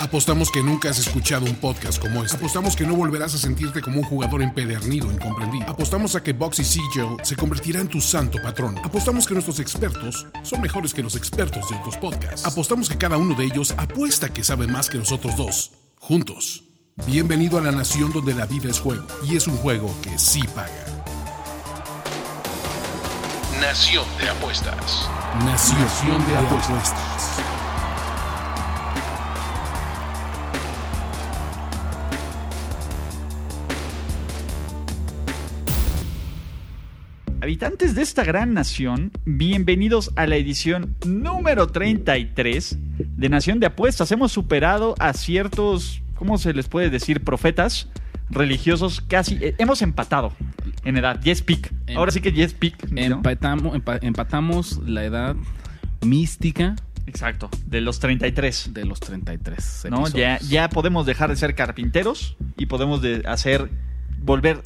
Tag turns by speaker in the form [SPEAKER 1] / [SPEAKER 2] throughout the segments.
[SPEAKER 1] Apostamos que nunca has escuchado un podcast como este. Apostamos que no volverás a sentirte como un jugador empedernido, incomprendido. Apostamos a que Boxy Siegel se convertirá en tu santo patrón. Apostamos que nuestros expertos son mejores que los expertos de otros podcasts. Apostamos que cada uno de ellos apuesta que sabe más que nosotros dos, juntos. Bienvenido a la nación donde la vida es juego y es un juego que sí paga.
[SPEAKER 2] Nación de apuestas.
[SPEAKER 1] Nación, de, apuestas.
[SPEAKER 3] Habitantes de esta gran nación, bienvenidos a la edición número 33 de Nación de Apuestas. Hemos superado a ciertos, ¿cómo se les puede decir? Profetas religiosos casi. eh, hemos empatado en edad. 10 pick.
[SPEAKER 4] Em-
[SPEAKER 3] Ahora sí que 10 pick. ¿no?
[SPEAKER 4] Empatamos, empa- empatamos la edad mística
[SPEAKER 3] Exacto, de los 33.
[SPEAKER 4] de los 33.
[SPEAKER 3] ¿no?
[SPEAKER 4] episodios.
[SPEAKER 3] Ya, ya podemos dejar de ser carpinteros y podemos de hacer, volver,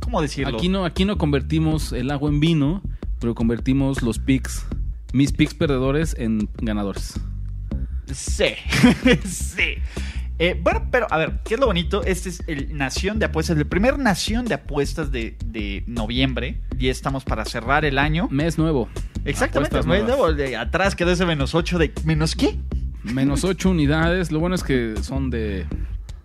[SPEAKER 3] ¿cómo decirlo?
[SPEAKER 4] Aquí no, aquí no convertimos el agua en vino, pero convertimos los picks, mis picks perdedores en ganadores.
[SPEAKER 3] Sí, sí. Eh, bueno, pero a ver, ¿qué es lo bonito? Este es el Nación de Apuestas, el primer Nación de Apuestas de, de noviembre. Y estamos para cerrar el año.
[SPEAKER 4] Mes nuevo.
[SPEAKER 3] Exactamente,
[SPEAKER 4] Apuestas
[SPEAKER 3] mes
[SPEAKER 4] nuevas.
[SPEAKER 3] nuevo, de atrás quedó ese menos 8 de... ¿Menos qué?
[SPEAKER 4] Menos 8 unidades. Lo bueno es que son de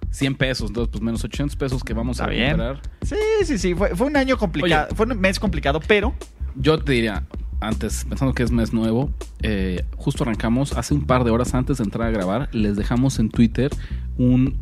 [SPEAKER 4] 100 pesos, entonces pues menos 800 pesos que vamos a
[SPEAKER 3] Está bien.
[SPEAKER 4] recuperar.
[SPEAKER 3] Sí, sí, sí, fue, fue un año complicado,
[SPEAKER 4] Oye.
[SPEAKER 3] fue un mes complicado, pero...
[SPEAKER 4] Yo te diría, antes, pensando que es mes nuevo, eh, justo arrancamos hace un par de horas antes de entrar a grabar, les dejamos en Twitter un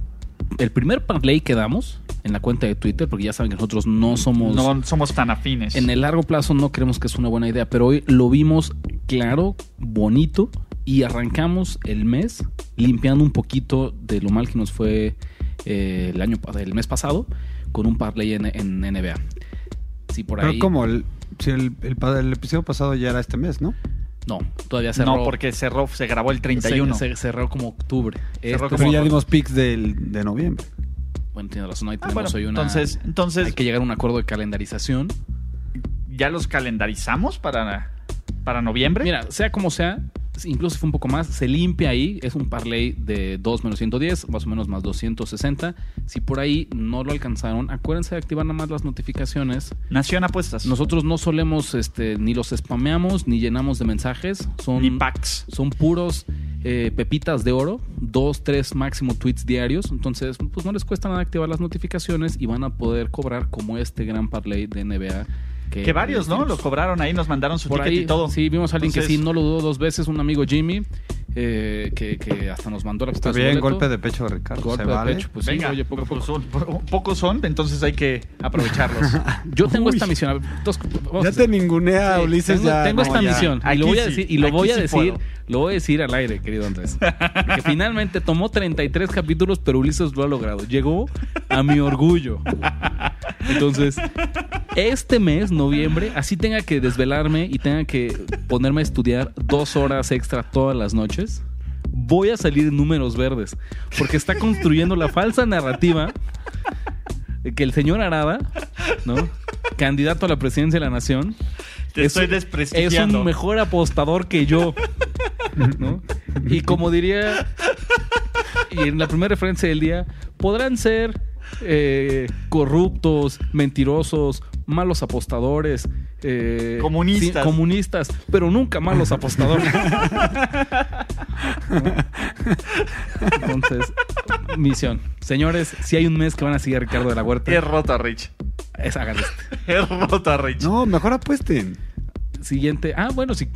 [SPEAKER 4] el primer parlay que damos en la cuenta de Twitter, porque ya saben que nosotros no somos
[SPEAKER 3] No somos tan afines.
[SPEAKER 4] en el largo plazo no creemos que es una buena idea, pero hoy lo vimos claro, bonito y arrancamos el mes limpiando un poquito de lo mal que nos fue eh, el año pas- el mes pasado con un parlay en, en NBA. Sí, por ahí.
[SPEAKER 5] Pero como el, si el, el pa- el episodio pasado ya era este mes, ¿no?
[SPEAKER 4] No, todavía cerró.
[SPEAKER 3] No, porque cerró, se grabó el
[SPEAKER 4] Se-
[SPEAKER 3] 31.
[SPEAKER 4] Se, cerró como octubre.
[SPEAKER 3] Cerró
[SPEAKER 4] Esto-
[SPEAKER 3] como-
[SPEAKER 5] Pero ya dimos pics del, de noviembre.
[SPEAKER 4] Bueno, tienes razón. Ahí
[SPEAKER 3] Ah,
[SPEAKER 4] tenemos
[SPEAKER 3] bueno,
[SPEAKER 4] hoy una.
[SPEAKER 3] entonces, entonces
[SPEAKER 4] hay que llegar a un acuerdo de calendarización.
[SPEAKER 3] ¿ya los calendarizamos para, para noviembre?
[SPEAKER 4] Mira, sea como sea, incluso si fue un poco más, se limpia ahí. Es un parlay de 2 menos 110, más o menos más 260. Si por ahí no lo alcanzaron, acuérdense de activar nada más las notificaciones.
[SPEAKER 3] Nación Apuestas.
[SPEAKER 4] Nosotros no solemos, este, ni los spameamos, ni llenamos de mensajes. Son
[SPEAKER 3] ni packs.
[SPEAKER 4] son puros eh, pepitas de oro, dos, tres máximo tweets diarios. Entonces, pues no les cuesta nada activar las notificaciones y van a poder cobrar como este gran parlay de NBA. Que,
[SPEAKER 3] Que varios, ¿no? Lo cobraron ahí, nos mandaron su
[SPEAKER 4] Por
[SPEAKER 3] ticket
[SPEAKER 4] ahí,
[SPEAKER 3] y todo.
[SPEAKER 4] sí, vimos a alguien que
[SPEAKER 3] Entonces-
[SPEAKER 4] sí, no lo dudó dos veces, un amigo Jimmy, eh, que, que hasta nos mandó la
[SPEAKER 5] Está
[SPEAKER 4] de su
[SPEAKER 5] bien,
[SPEAKER 4] boleto.
[SPEAKER 5] golpe de pecho de Ricardo.
[SPEAKER 4] Golpe
[SPEAKER 5] se
[SPEAKER 4] de
[SPEAKER 5] vale.
[SPEAKER 4] pecho, pues sí,
[SPEAKER 3] Venga,
[SPEAKER 4] oye, poco a poco.
[SPEAKER 3] pocos son, po- pocos son, entonces hay que aprovecharlos.
[SPEAKER 4] Yo tengo
[SPEAKER 5] Uy.
[SPEAKER 4] esta misión. a ver, dos- vamos a
[SPEAKER 5] Ya te
[SPEAKER 4] hacer-
[SPEAKER 5] ningunea,
[SPEAKER 4] Sí,
[SPEAKER 5] Ulises.
[SPEAKER 4] tengo,
[SPEAKER 5] ya,
[SPEAKER 4] tengo
[SPEAKER 5] no,
[SPEAKER 4] esta
[SPEAKER 5] ya.
[SPEAKER 4] misión y lo
[SPEAKER 3] Aquí
[SPEAKER 4] voy a
[SPEAKER 3] sí,
[SPEAKER 4] decir y lo
[SPEAKER 3] aquí
[SPEAKER 4] voy a
[SPEAKER 3] sí
[SPEAKER 4] decir,
[SPEAKER 3] puedo.
[SPEAKER 4] lo voy a decir al aire, querido Andrés. Que finalmente tomó 33 capítulos, pero Ulises lo ha logrado. Llegó a mi orgullo. Entonces, este mes, noviembre, así tenga que desvelarme y tenga que ponerme a estudiar dos horas extra todas las noches, voy a salir en números verdes. Porque está construyendo la falsa narrativa de que el señor Arada, ¿no? Candidato a la presidencia de la nación.
[SPEAKER 3] Te
[SPEAKER 4] es-
[SPEAKER 3] estoy
[SPEAKER 4] Es
[SPEAKER 3] desprestigiando.
[SPEAKER 4] un mejor apostador que yo. ¿no? Y como diría, y en la primera referencia del día, podrán ser eh, corruptos, mentirosos, malos apostadores, eh,
[SPEAKER 3] Comunistas.
[SPEAKER 4] sí, comunistas, pero nunca malos apostadores. ¿No? Entonces, misión. Señores, si hay un mes que van a seguir a Ricardo de la Huerta,
[SPEAKER 3] Es rota, Rich.
[SPEAKER 4] es hagan este.
[SPEAKER 3] Es rota, Rich.
[SPEAKER 5] No, mejor apuesten.
[SPEAKER 4] Siguiente. Ah, bueno, si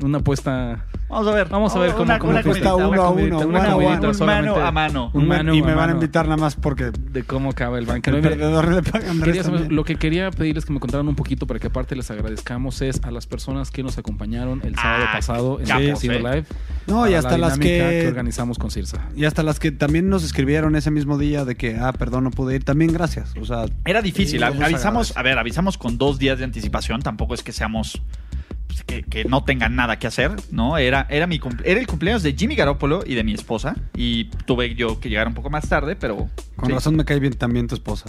[SPEAKER 4] una apuesta
[SPEAKER 3] Vamos a ver.
[SPEAKER 4] Vamos a ver cómo-
[SPEAKER 3] una-
[SPEAKER 4] cómo
[SPEAKER 3] una
[SPEAKER 4] cuesta
[SPEAKER 3] comidita,
[SPEAKER 5] uno a
[SPEAKER 3] una
[SPEAKER 5] uno,
[SPEAKER 3] comidita,
[SPEAKER 5] uno a
[SPEAKER 3] una-
[SPEAKER 5] uno.
[SPEAKER 3] un mano
[SPEAKER 4] Solamente-
[SPEAKER 3] a mano.
[SPEAKER 4] Un
[SPEAKER 5] Un-
[SPEAKER 4] mano
[SPEAKER 5] y
[SPEAKER 4] a
[SPEAKER 5] me van
[SPEAKER 4] mano.
[SPEAKER 5] a invitar nada más porque
[SPEAKER 4] de cómo acaba el banco.
[SPEAKER 5] el perdedor le paga a Andrés.
[SPEAKER 4] Quería saber-
[SPEAKER 5] también.
[SPEAKER 4] lo que quería pedirles que me contaran un poquito para que aparte les agradezcamos es a las personas que nos acompañaron el sábado
[SPEAKER 3] Ah,
[SPEAKER 4] pasado en
[SPEAKER 3] capos,
[SPEAKER 4] el Casino
[SPEAKER 3] eh.
[SPEAKER 4] Live.
[SPEAKER 5] No, y
[SPEAKER 4] para
[SPEAKER 5] hasta
[SPEAKER 4] la
[SPEAKER 5] las
[SPEAKER 4] dinámica
[SPEAKER 5] que-
[SPEAKER 4] organizamos con Cirsa.
[SPEAKER 5] Y hasta las que también nos escribieron ese mismo día de que, ah, perdón, no pude ir. También gracias. O sea,
[SPEAKER 3] Era difícil.
[SPEAKER 5] Sí,
[SPEAKER 3] a-
[SPEAKER 5] los
[SPEAKER 3] avisamos,
[SPEAKER 5] agradezco.
[SPEAKER 3] a ver, avisamos con dos días de anticipación. Tampoco es que seamos. pues, Que, que no tengan nada que hacer, ¿no? Era, era, mi cum- era el cumpleaños de Jimmy Garoppolo y de mi esposa. Y tuve yo que llegar un poco más tarde, pero.
[SPEAKER 5] con
[SPEAKER 3] sí.
[SPEAKER 5] razón me cae bien también tu esposa.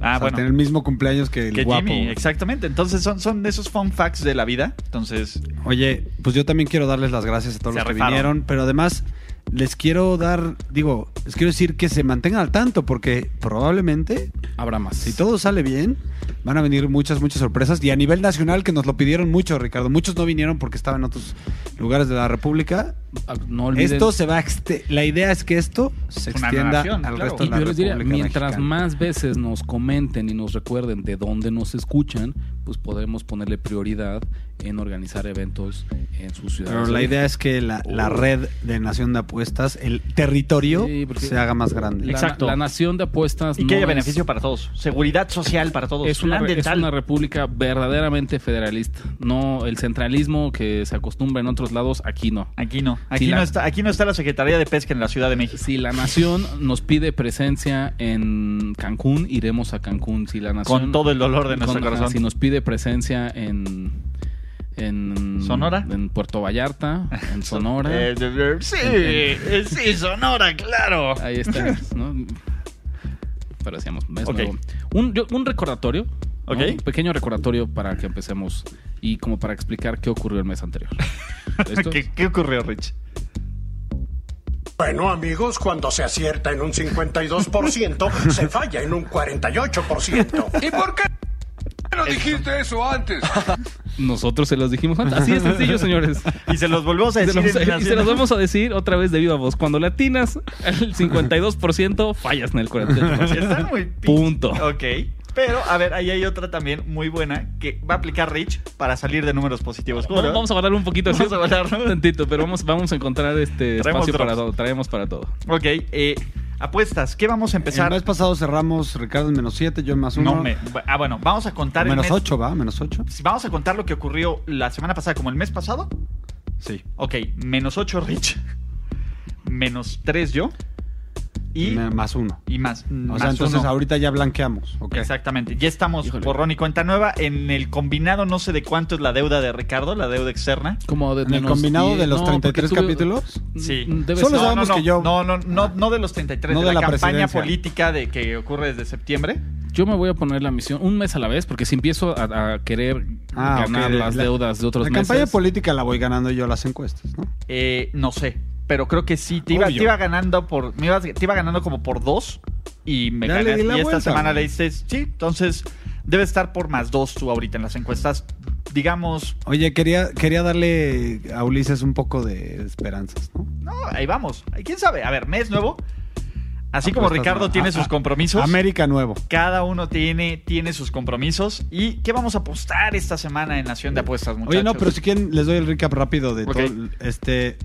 [SPEAKER 3] Ah,
[SPEAKER 5] O sea,
[SPEAKER 3] bueno.
[SPEAKER 5] tener el mismo cumpleaños que el
[SPEAKER 3] Que
[SPEAKER 5] guapo.
[SPEAKER 3] Jimmy, exactamente. Entonces son, son de esos fun facts de la vida. Entonces,
[SPEAKER 5] Oye, pues yo también quiero darles las gracias a todos
[SPEAKER 3] Se
[SPEAKER 5] los que
[SPEAKER 3] rifaron.
[SPEAKER 5] vinieron, pero además les quiero dar, digo, les quiero decir que se mantengan al tanto porque probablemente,
[SPEAKER 4] Habrá más.
[SPEAKER 5] si todo sale bien, van a venir muchas, muchas sorpresas y a nivel nacional que nos lo pidieron mucho, Ricardo. Muchos no vinieron porque estaban en otros lugares de la República.
[SPEAKER 4] Ah, No olviden.
[SPEAKER 5] Esto se va a exte- la idea es que esto se
[SPEAKER 3] Es una
[SPEAKER 5] extienda al
[SPEAKER 3] nación, claro.
[SPEAKER 5] resto
[SPEAKER 4] y
[SPEAKER 5] de la
[SPEAKER 4] yo les diría,
[SPEAKER 5] República
[SPEAKER 4] mientras
[SPEAKER 5] Mexicana.
[SPEAKER 4] más veces nos comenten y nos recuerden de dónde nos escuchan, pues podremos ponerle prioridad en organizar eventos en sus ciudades.
[SPEAKER 5] Pero la idea es que la, la
[SPEAKER 3] Uh.
[SPEAKER 5] red de Nación de Apuestas, el territorio,
[SPEAKER 4] Sí, porque-
[SPEAKER 5] se haga más grande.
[SPEAKER 4] La-
[SPEAKER 3] Exacto.
[SPEAKER 4] La, nación de apuestas
[SPEAKER 3] y que haya
[SPEAKER 4] no es-
[SPEAKER 3] beneficio para todos. Seguridad social para todos.
[SPEAKER 4] Es una,
[SPEAKER 3] Plan
[SPEAKER 4] Pues, re- es
[SPEAKER 3] dental.
[SPEAKER 4] una república verdaderamente federalista. No el centralismo que se acostumbra en otros lados, aquí no.
[SPEAKER 3] Aquí no. Aquí,
[SPEAKER 4] Sí, la-
[SPEAKER 3] no está, aquí no está la Secretaría de Pesca en la Ciudad de México.
[SPEAKER 4] Si la nación nos pide presencia en Cancún, iremos a Cancún. Si la nación
[SPEAKER 3] Con todo el dolor de nuestro
[SPEAKER 4] Con- ajá,
[SPEAKER 3] corazón.
[SPEAKER 4] Si nos pide presencia en. En
[SPEAKER 3] ¿Sonora?
[SPEAKER 4] En Puerto Vallarta, en Sonora.
[SPEAKER 3] Eh, de- de- sí, eh, sí, Sonora, claro.
[SPEAKER 4] Ahí está, ¿no? Pero decíamos, mes
[SPEAKER 3] Ok.
[SPEAKER 4] nuevo. Un, yo- un recordatorio. ¿no?
[SPEAKER 3] Ok.
[SPEAKER 4] Un pequeño recordatorio para que empecemos y como para explicar qué ocurrió el mes anterior. ¿Listo?
[SPEAKER 3] ¿Qué, qué ocurrió, Rich?
[SPEAKER 6] Bueno, amigos, cuando se acierta en un 52%, se falla en un 48%.
[SPEAKER 2] ¿Y por qué no dijiste eso antes?
[SPEAKER 4] Nosotros se los dijimos antes. Así es sencillo, señores.
[SPEAKER 3] Y se los volvemos a
[SPEAKER 4] Se
[SPEAKER 3] decir.
[SPEAKER 4] los-
[SPEAKER 3] en
[SPEAKER 4] y se los
[SPEAKER 3] Nacional.
[SPEAKER 4] vamos a decir otra vez de viva voz. Cuando latinas el 52%, fallas en el 48%.
[SPEAKER 3] Están muy pin-
[SPEAKER 4] Punto.
[SPEAKER 3] Ok. Pero, a ver, ahí hay otra también muy buena que va a aplicar Rich para salir de números positivos. ¿Cómo
[SPEAKER 4] Vamos,
[SPEAKER 3] no?
[SPEAKER 4] vamos a guardar un poquito así.
[SPEAKER 3] Vamos a guardar, ¿no?
[SPEAKER 4] tantito, pero vamos, vamos a encontrar este
[SPEAKER 3] Traemos
[SPEAKER 4] espacio para
[SPEAKER 3] drops.
[SPEAKER 4] todo. Traemos para todo.
[SPEAKER 3] Ok. eh, apuestas. ¿Qué
[SPEAKER 4] Eh,
[SPEAKER 3] vamos a
[SPEAKER 5] El
[SPEAKER 3] empezar?
[SPEAKER 5] mes pasado cerramos Ricardo en menos 7, yo en más 1.
[SPEAKER 3] No me- Ah, bueno, vamos a contar. el
[SPEAKER 5] Menos
[SPEAKER 3] mes-
[SPEAKER 5] 8, ¿va? Menos 8.
[SPEAKER 3] Si Vamos a contar lo que ocurrió la semana pasada como el mes pasado.
[SPEAKER 5] Sí.
[SPEAKER 3] Ok, menos 8 Rich. Menos 3 yo.
[SPEAKER 5] Y
[SPEAKER 3] Y,
[SPEAKER 5] más 1.
[SPEAKER 3] y más.
[SPEAKER 5] O
[SPEAKER 3] Mm, más
[SPEAKER 5] sea, entonces
[SPEAKER 3] uno.
[SPEAKER 5] ahorita ya blanqueamos. ok.
[SPEAKER 3] Exactamente. Ya estamos
[SPEAKER 4] Híjole.
[SPEAKER 3] por Ronnie cuenta nueva. En el combinado, no sé de cuánto es la deuda de Ricardo, la deuda externa.
[SPEAKER 4] Como de
[SPEAKER 5] En el combinado de los 33 capítulos.
[SPEAKER 4] Mm,
[SPEAKER 3] Sí.
[SPEAKER 5] Solo
[SPEAKER 3] no,
[SPEAKER 5] sabemos
[SPEAKER 3] no, no,
[SPEAKER 5] que yo-
[SPEAKER 3] No, no, no, no de los 33,
[SPEAKER 5] No
[SPEAKER 3] de,
[SPEAKER 5] de
[SPEAKER 3] la,
[SPEAKER 5] la
[SPEAKER 3] campaña
[SPEAKER 5] presidencia.
[SPEAKER 3] política de que ocurre desde septiembre.
[SPEAKER 4] Yo me voy a poner la misión un mes a la vez, porque si empiezo a, a querer
[SPEAKER 5] Ah, ok.
[SPEAKER 4] ganar las
[SPEAKER 5] La-
[SPEAKER 4] deudas de otros
[SPEAKER 5] La
[SPEAKER 4] meses.
[SPEAKER 5] campaña política la voy ganando yo las encuestas, ¿no?
[SPEAKER 3] Eh, no sé, pero creo que sí. Te iba, te
[SPEAKER 5] Obvio.
[SPEAKER 3] iba ganando por, me ibas- te iba ganando como por dos y me
[SPEAKER 5] Ya le
[SPEAKER 3] ganas.
[SPEAKER 5] di la
[SPEAKER 3] Y esta
[SPEAKER 5] vuelta,
[SPEAKER 3] semana le
[SPEAKER 5] güey.
[SPEAKER 3] dices, sí, entonces debe estar por más dos tú ahorita en las encuestas. Digamos,
[SPEAKER 5] Oye, quería, quería darle a Ulises un poco de esperanzas, ¿no?
[SPEAKER 3] no, ah, ahí vamos. Ay, ¿Quién sabe? A ver, mes nuevo. Así como
[SPEAKER 5] Apuestas,
[SPEAKER 3] Ricardo
[SPEAKER 5] Ah, pues, ¿no?
[SPEAKER 3] tiene
[SPEAKER 5] A-
[SPEAKER 3] sus
[SPEAKER 5] a-
[SPEAKER 3] compromisos.
[SPEAKER 5] América Nuevo.
[SPEAKER 3] Cada uno tiene, tiene sus compromisos. ¿Y qué vamos a apostar esta semana en Nación de Apuestas, muchachos?
[SPEAKER 5] Oye, no, pero si quieren les doy el recap rápido de
[SPEAKER 3] Ok.
[SPEAKER 5] todo. Este,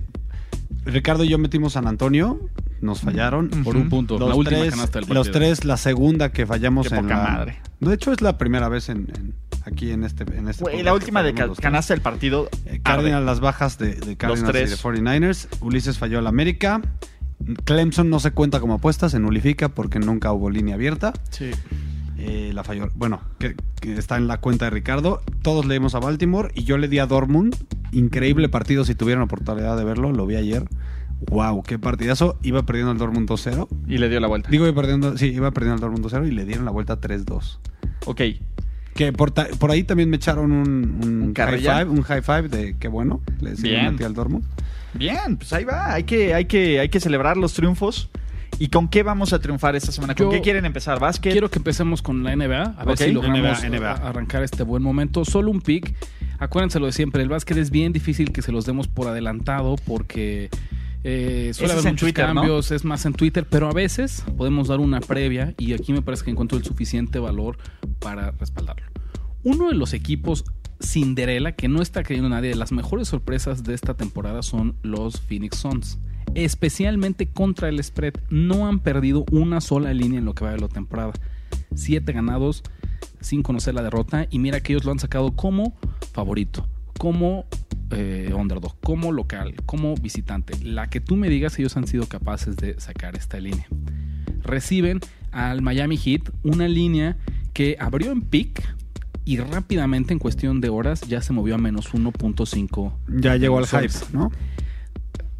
[SPEAKER 5] Ricardo y yo metimos San Antonio, nos fallaron.
[SPEAKER 3] Ujú.
[SPEAKER 4] Por un punto.
[SPEAKER 5] Los
[SPEAKER 4] la última
[SPEAKER 5] tres,
[SPEAKER 4] canasta del partido.
[SPEAKER 5] los tres, la segunda que fallamos
[SPEAKER 3] Qué
[SPEAKER 5] en
[SPEAKER 3] poca
[SPEAKER 5] la-
[SPEAKER 3] madre.
[SPEAKER 5] De hecho, es la primera vez en, en- aquí en este. En este
[SPEAKER 3] Güey,
[SPEAKER 5] podcast
[SPEAKER 3] la
[SPEAKER 5] que
[SPEAKER 3] última de
[SPEAKER 5] fallamos los
[SPEAKER 3] ca- canasta del partido.
[SPEAKER 5] tres. Eh,
[SPEAKER 3] arde.
[SPEAKER 5] Cardinals, las bajas de, de Cardinals
[SPEAKER 3] tres.
[SPEAKER 5] y de 49ers. Ulises falló al América. Clemson no se cuenta como apuestas, se nulifica porque nunca hubo línea abierta.
[SPEAKER 4] Sí.
[SPEAKER 5] Eh, la falló. Bueno, que, que está en la cuenta de Ricardo. Todos leímos a Baltimore y yo le di a Dortmund. Increíble partido si tuvieron oportunidad de verlo. Lo vi ayer. Wow, qué partidazo. Iba perdiendo el Dortmund 2-0.
[SPEAKER 3] Y le dio la vuelta.
[SPEAKER 5] Digo, iba perdiendo, sí, iba perdiendo el Dortmund 2-0 y le dieron la vuelta 3-2.
[SPEAKER 3] Ok.
[SPEAKER 5] Que por, ta- por ahí también me echaron un, un
[SPEAKER 3] Un
[SPEAKER 5] high
[SPEAKER 3] carrilla.
[SPEAKER 5] five, un high five de qué bueno. Le sí le
[SPEAKER 3] Bien.
[SPEAKER 5] metí al Dortmund.
[SPEAKER 3] Bien, pues ahí va. Hay que, hay que, hay que celebrar los triunfos. ¿Y con qué vamos a triunfar esta semana? ¿Con
[SPEAKER 4] Yo
[SPEAKER 3] qué quieren empezar? ¿Básquet?
[SPEAKER 4] Quiero que empecemos con la NBA, a ver
[SPEAKER 3] Ok.
[SPEAKER 4] si logramos
[SPEAKER 5] NBA.
[SPEAKER 4] a- arrancar este buen momento. Solo un pick. Acuérdense lo de siempre, el básquet es bien difícil que se los demos por adelantado porque eh,
[SPEAKER 3] Ese
[SPEAKER 4] suele
[SPEAKER 3] es
[SPEAKER 4] haber
[SPEAKER 3] en
[SPEAKER 4] muchos
[SPEAKER 3] Twitter, ¿no?
[SPEAKER 4] cambios, es más en Twitter, pero a veces podemos dar una previa y aquí me parece que encuentro el suficiente valor para respaldarlo. Uno de los equipos Cinderella que no está creyendo nadie, de las mejores sorpresas de esta temporada son los Phoenix Suns. Especialmente contra el spread, no han perdido una sola línea en lo que va de la temporada. Siete ganados sin conocer la derrota y mira que ellos lo han sacado como favorito, como eh, underdog, como local, como visitante. La que tú me digas, ellos han sido capaces de sacar esta línea. Reciben al Miami Heat una línea que abrió en pick y rápidamente en cuestión de horas ya se movió a menos 1.5.
[SPEAKER 5] Ya llegó al
[SPEAKER 4] Los
[SPEAKER 5] hype,
[SPEAKER 4] Suns.
[SPEAKER 5] ¿no?